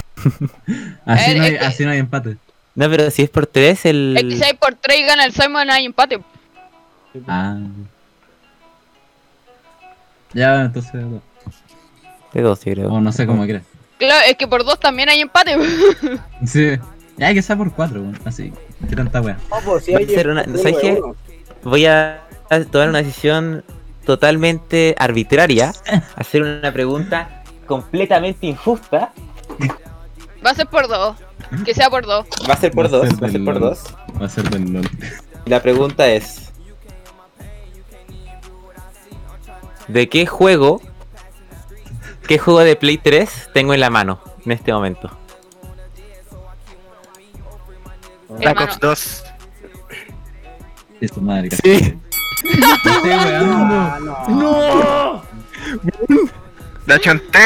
Speaker 7: Así,
Speaker 6: Eh,
Speaker 7: no, hay,
Speaker 6: es que-
Speaker 7: así no hay empate.
Speaker 8: No, pero si es por 3,
Speaker 6: El que
Speaker 8: el.
Speaker 6: sale por 3 gana el Simon, hay empate.
Speaker 7: Ah. Ya, entonces.
Speaker 8: De 2, yo creo.
Speaker 7: O no sé cómo quieras.
Speaker 6: Claro, es que por 2 también hay empate. [LAUGHS]
Speaker 7: Sí. Ya, que sea por cuatro, weón. Así. Qué tanta wea.
Speaker 4: No, pues si
Speaker 8: Va a
Speaker 4: hay-
Speaker 8: ser una-
Speaker 4: uno
Speaker 8: ¿sabes
Speaker 4: de
Speaker 8: qué?
Speaker 4: uno.
Speaker 8: Voy a a tomar una decisión totalmente
Speaker 7: [LAUGHS]
Speaker 8: arbitraria, hacer una pregunta completamente injusta.
Speaker 6: Va a ser por 2. Que sea por 2.
Speaker 8: Va a ser
Speaker 7: Va
Speaker 8: por
Speaker 7: a
Speaker 8: 2,
Speaker 7: ser
Speaker 8: va a ser
Speaker 7: del
Speaker 8: por
Speaker 7: LOL.
Speaker 8: 2.
Speaker 7: Va a ser del LOL.
Speaker 8: La pregunta es: ¿De qué juego? ¿Qué juego de Play 3 tengo en la mano en este momento?
Speaker 2: Black Ops 2.
Speaker 7: Eso, madre. Sí.
Speaker 8: Sí,
Speaker 7: Estoy weando.
Speaker 4: Ah, no.
Speaker 2: ¡La chonté!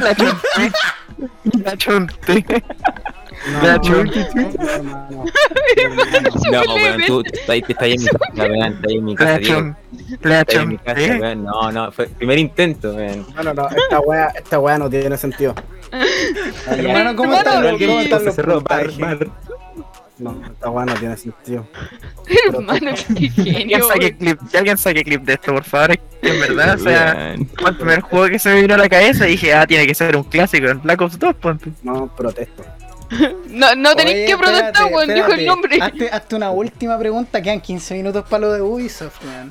Speaker 2: ¡La chonté! ¡La chonté! ¡La chonté!
Speaker 4: hermano.
Speaker 8: no, weón, tú, tú ahí- tú estás ahí en mi casa, weón, estás ahí en mi casa,
Speaker 2: ¡La
Speaker 8: Diego,
Speaker 2: chonté! ¡La
Speaker 8: estás ahí en mi casa,
Speaker 2: chonté!
Speaker 8: weón. No, no, fue el primer intento, weón.
Speaker 4: No, no, no, esta wea, esta wea no
Speaker 3: [LAUGHS]
Speaker 4: tiene sentido.
Speaker 3: Hermano, ¿cómo
Speaker 6: Hermano,
Speaker 3: están los-
Speaker 6: alguien
Speaker 3: cómo están los
Speaker 8: Se roba,
Speaker 3: puntajes?
Speaker 8: bar.
Speaker 4: No, esta wea no tiene sentido.
Speaker 6: [LAUGHS] Hermano, [LAUGHS] qué
Speaker 2: Alguien
Speaker 6: genio.
Speaker 2: saque clip, que alguien saque clip de esto, por favor. es que En
Speaker 8: Ah,
Speaker 2: verdad, o sea, fue el primer juego que se me vino a la cabeza y dije, ah, tiene que ser un clásico en Black Ops 2, ponte.
Speaker 4: No, protesto.
Speaker 6: No, no tenéis
Speaker 3: Oye,
Speaker 6: que protestar,
Speaker 3: espérate,
Speaker 6: weón, dijo
Speaker 3: espérate. Ah.
Speaker 6: el nombre.
Speaker 3: Hazte, hazte una última pregunta, quedan 15 minutos para lo de Ubisoft, weón.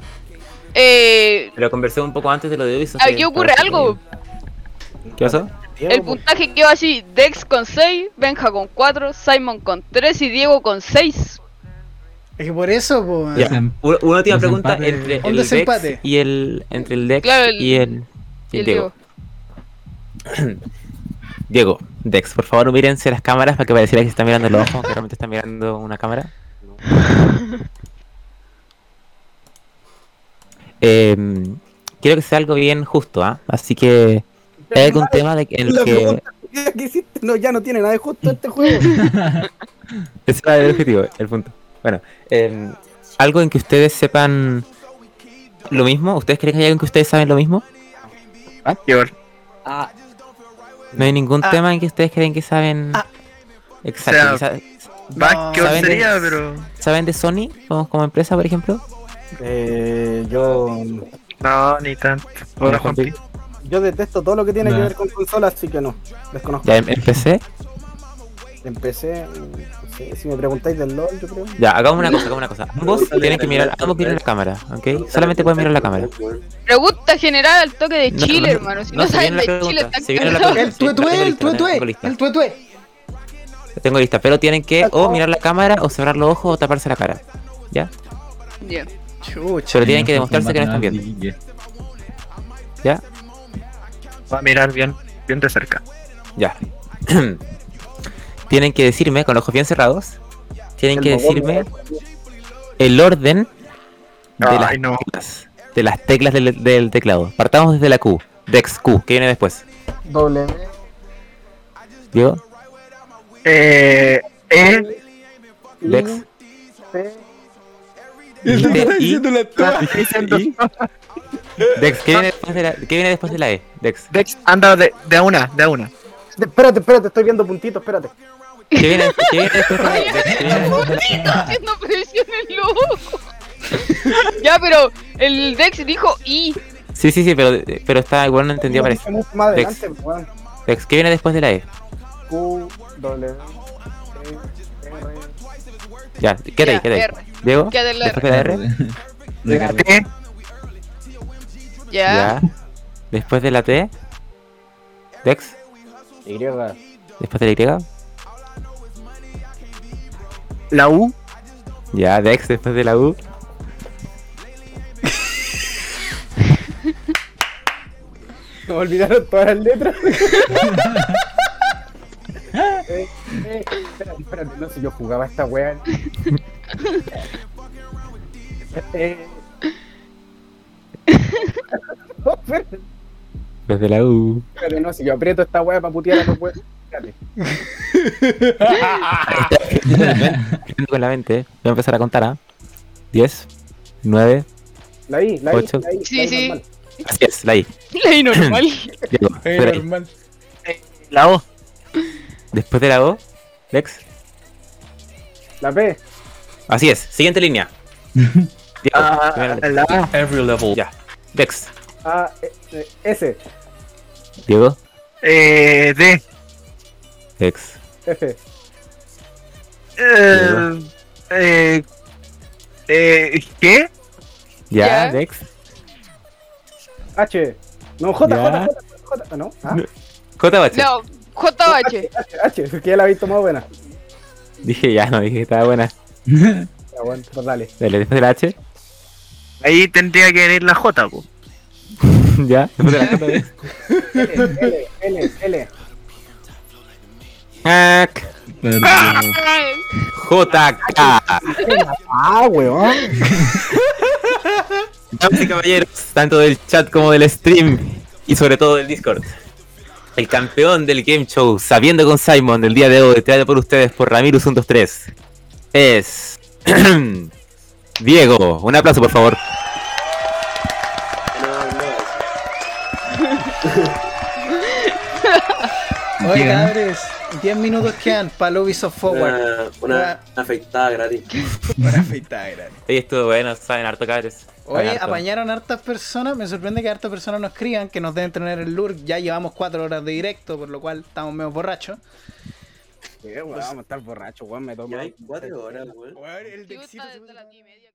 Speaker 6: Eh,
Speaker 8: Lo conversé un poco antes de lo de Ubisoft.
Speaker 6: aquí ocurre algo.
Speaker 8: ¿Qué pasó?
Speaker 6: El puntaje quedó así: Dex con 6, Benja con 4, Simon con 3 y Diego con 6.
Speaker 3: Es que por eso, po, weón.
Speaker 8: Ya,
Speaker 7: Desem-
Speaker 8: una, una última pregunta
Speaker 7: desempate.
Speaker 8: entre
Speaker 3: Un
Speaker 8: el
Speaker 3: desempate.
Speaker 8: Dex y el entre el Dex
Speaker 6: Claro, el-
Speaker 8: y el, y el
Speaker 6: Y el
Speaker 8: Diego. Diego, Dex, por favor mírense las cámaras para que pareciera que se está mirando los ojos, que realmente está mirando una cámara. eh, quiero que sea algo bien justo, ¿ah? Así que hay algún tema de que- en el
Speaker 4: La
Speaker 8: que...
Speaker 4: pregunta que hiciste no, ya no tiene nada de justo este juego.
Speaker 8: [LAUGHS] Ese era el objetivo, el punto. Bueno, eh, algo en que ustedes sepan lo mismo. ¿Ustedes creen que hay algo en que ustedes saben lo mismo?
Speaker 2: Peor.
Speaker 4: Ah,
Speaker 8: No hay ningún
Speaker 3: Ah.
Speaker 8: tema en que ustedes creen que saben...
Speaker 3: Ah.
Speaker 8: Exacto.
Speaker 2: O sea,
Speaker 8: quizá-
Speaker 2: Va, peor
Speaker 8: ¿saben de-
Speaker 2: sería, pero.
Speaker 8: ¿Saben de Sony como, como empresa, por ejemplo?
Speaker 4: eh, yo,
Speaker 2: No, ni tanto. Hola, Juanpi.
Speaker 4: yo detesto todo lo que tiene
Speaker 7: Nah.
Speaker 4: que ver con consolas, así que no. Desconozco.
Speaker 8: Ya em- empecé.
Speaker 4: Empecé. no sé, si me preguntáis del LOL, yo creo.
Speaker 8: Ya, hagamos una cosa, hagamos una cosa. Ambos tienen que mirar, ambos miran la cámara, ¿ok? Solamente pueden mirar la cámara.
Speaker 6: Pregunta general al toque de
Speaker 8: No,
Speaker 6: Chile,
Speaker 8: no,
Speaker 6: hermano. Si
Speaker 8: no,
Speaker 6: no,
Speaker 8: se viene
Speaker 6: saben
Speaker 8: la
Speaker 6: de
Speaker 8: pregunta,
Speaker 6: Chile,
Speaker 8: se viene la
Speaker 6: están
Speaker 8: pregunta.
Speaker 3: El tuetue, el tuetue, el tuetue.
Speaker 8: La tengo lista, pero tienen que o mirar la cámara, o cerrar los ojos, o taparse la cara.
Speaker 6: Ya.
Speaker 8: Pero tienen que demostrarse que no están viendo.
Speaker 7: bien.
Speaker 2: Va a mirar bien, bien de cerca.
Speaker 8: Ya. [CLEARS THROAT] tienen que decirme, con los ojos bien cerrados, tienen
Speaker 4: El
Speaker 8: que
Speaker 4: bobón,
Speaker 8: decirme el orden de las
Speaker 2: Ay, no.
Speaker 8: teclas, de las teclas del, del teclado. Partamos desde la Q, Dex Q, que viene después.
Speaker 4: Doble.
Speaker 8: Diego,
Speaker 2: Eh. Eh.
Speaker 8: Dex.
Speaker 4: C,
Speaker 8: El doctor está diciendo
Speaker 3: la
Speaker 8: ¿Y? Dex, ¿qué viene, después de la, ¿qué viene después de la E? Dex.
Speaker 2: Dex, anda de, de a una, de a una.
Speaker 4: De- Espérate, espérate, estoy viendo puntitos, espérate.
Speaker 8: ¿Qué viene, qué viene después de la E? Dex, ¿qué viene después de la E?
Speaker 6: Maldito, haciendo presión el loco. [LAUGHS] ya, pero el Dex dijo I.
Speaker 8: E? Sí, sí, sí, pero, pero está igual no entendió, parece.
Speaker 4: Mucho más adelante, weón.
Speaker 8: Dex, ¿qué viene después de la E?
Speaker 4: Q, W, R.
Speaker 8: Ya, quédate ahí,
Speaker 6: Ya,
Speaker 8: quédate
Speaker 6: R.
Speaker 8: ahí. Diego,
Speaker 6: Quédate en la
Speaker 8: después de la
Speaker 7: [LAUGHS]
Speaker 8: R.
Speaker 7: Recarga.
Speaker 2: T.
Speaker 6: Ya.
Speaker 8: Ya. Después de la T. Dex,
Speaker 4: Y.
Speaker 8: después de la Y.
Speaker 2: La U.
Speaker 8: Ya, Dex, después de la U.
Speaker 4: Me olvidaron todas las letras. eh, eh, espérate, espérate, no sé, yo jugaba a esta wea. eh. No, espérate,
Speaker 8: Desde la U.
Speaker 4: espérate, no sé, yo aprieto esta wea para putear a los weas. Espérate.
Speaker 8: Entiendo con la mente, eh. voy a empezar a contar a 10, 9,
Speaker 4: La I, la I,
Speaker 8: Ocho.
Speaker 4: la I.
Speaker 6: Sí,
Speaker 4: la I
Speaker 6: sí.
Speaker 4: normal.
Speaker 8: así es, la I.
Speaker 6: [LAUGHS]
Speaker 8: [LAUGHS]
Speaker 6: Ley normal.
Speaker 8: Diego, después de la I.
Speaker 2: La O.
Speaker 8: Después de la O, Dex.
Speaker 4: La P.
Speaker 8: Así es, siguiente línea. Diego, primera
Speaker 2: Ah,
Speaker 8: letra.
Speaker 2: la A.
Speaker 9: Every level.
Speaker 8: Ya. Dex.
Speaker 4: A, E, E, S,
Speaker 8: Diego.
Speaker 2: Eh. D.
Speaker 8: Dex.
Speaker 4: F.
Speaker 2: Eh. Eh. eh, ¿Qué?
Speaker 8: Ya,
Speaker 6: Ya.
Speaker 8: Dex.
Speaker 4: H. No, J,
Speaker 8: Ya.
Speaker 4: J, J, J, ah, No, ah,
Speaker 8: JH.
Speaker 6: No,
Speaker 3: [LAUGHS]
Speaker 6: JH.
Speaker 4: H, H, que ya la he visto más buena.
Speaker 8: Dije ya, no, dije que estaba buena.
Speaker 4: Ya, bueno, pues dale.
Speaker 8: Dale, después de la H. [LAUGHS]
Speaker 2: Ahí tendría que venir la J, po.
Speaker 8: ya. Después de la J. Dex.
Speaker 4: L, L, L, L.
Speaker 8: Jack.
Speaker 7: Pero-
Speaker 8: JK.
Speaker 4: Ah, weón.
Speaker 8: Damas y caballeros, tanto del chat como del stream y sobre todo del Discord. El campeón del game show, sabiendo con Simon del día de hoy, traído por ustedes por Ramirus123, es. [CLEARS THROAT] Diego. Un aplauso, por favor.
Speaker 3: Oye,
Speaker 7: Bien.
Speaker 3: cabres, 10 minutos quedan para Ubisoft Forward.
Speaker 8: Ah,
Speaker 9: Una, una afeitada gratis.
Speaker 3: Buena feita, gran.
Speaker 8: Hoy estuvo bueno, saben harto cabres.
Speaker 3: Oye,
Speaker 8: Saben harto.
Speaker 3: apañaron hartas personas. Me sorprende que hartas personas nos escriban, que nos deben tener el lurk. Ya llevamos 4 horas de directo, por lo cual estamos medio borrachos.
Speaker 4: Sí, weón, vamos a estar borracho, weón, me tomo.
Speaker 9: Ya hay cuatro horas, weón.
Speaker 6: Chuta, desde las diez y media.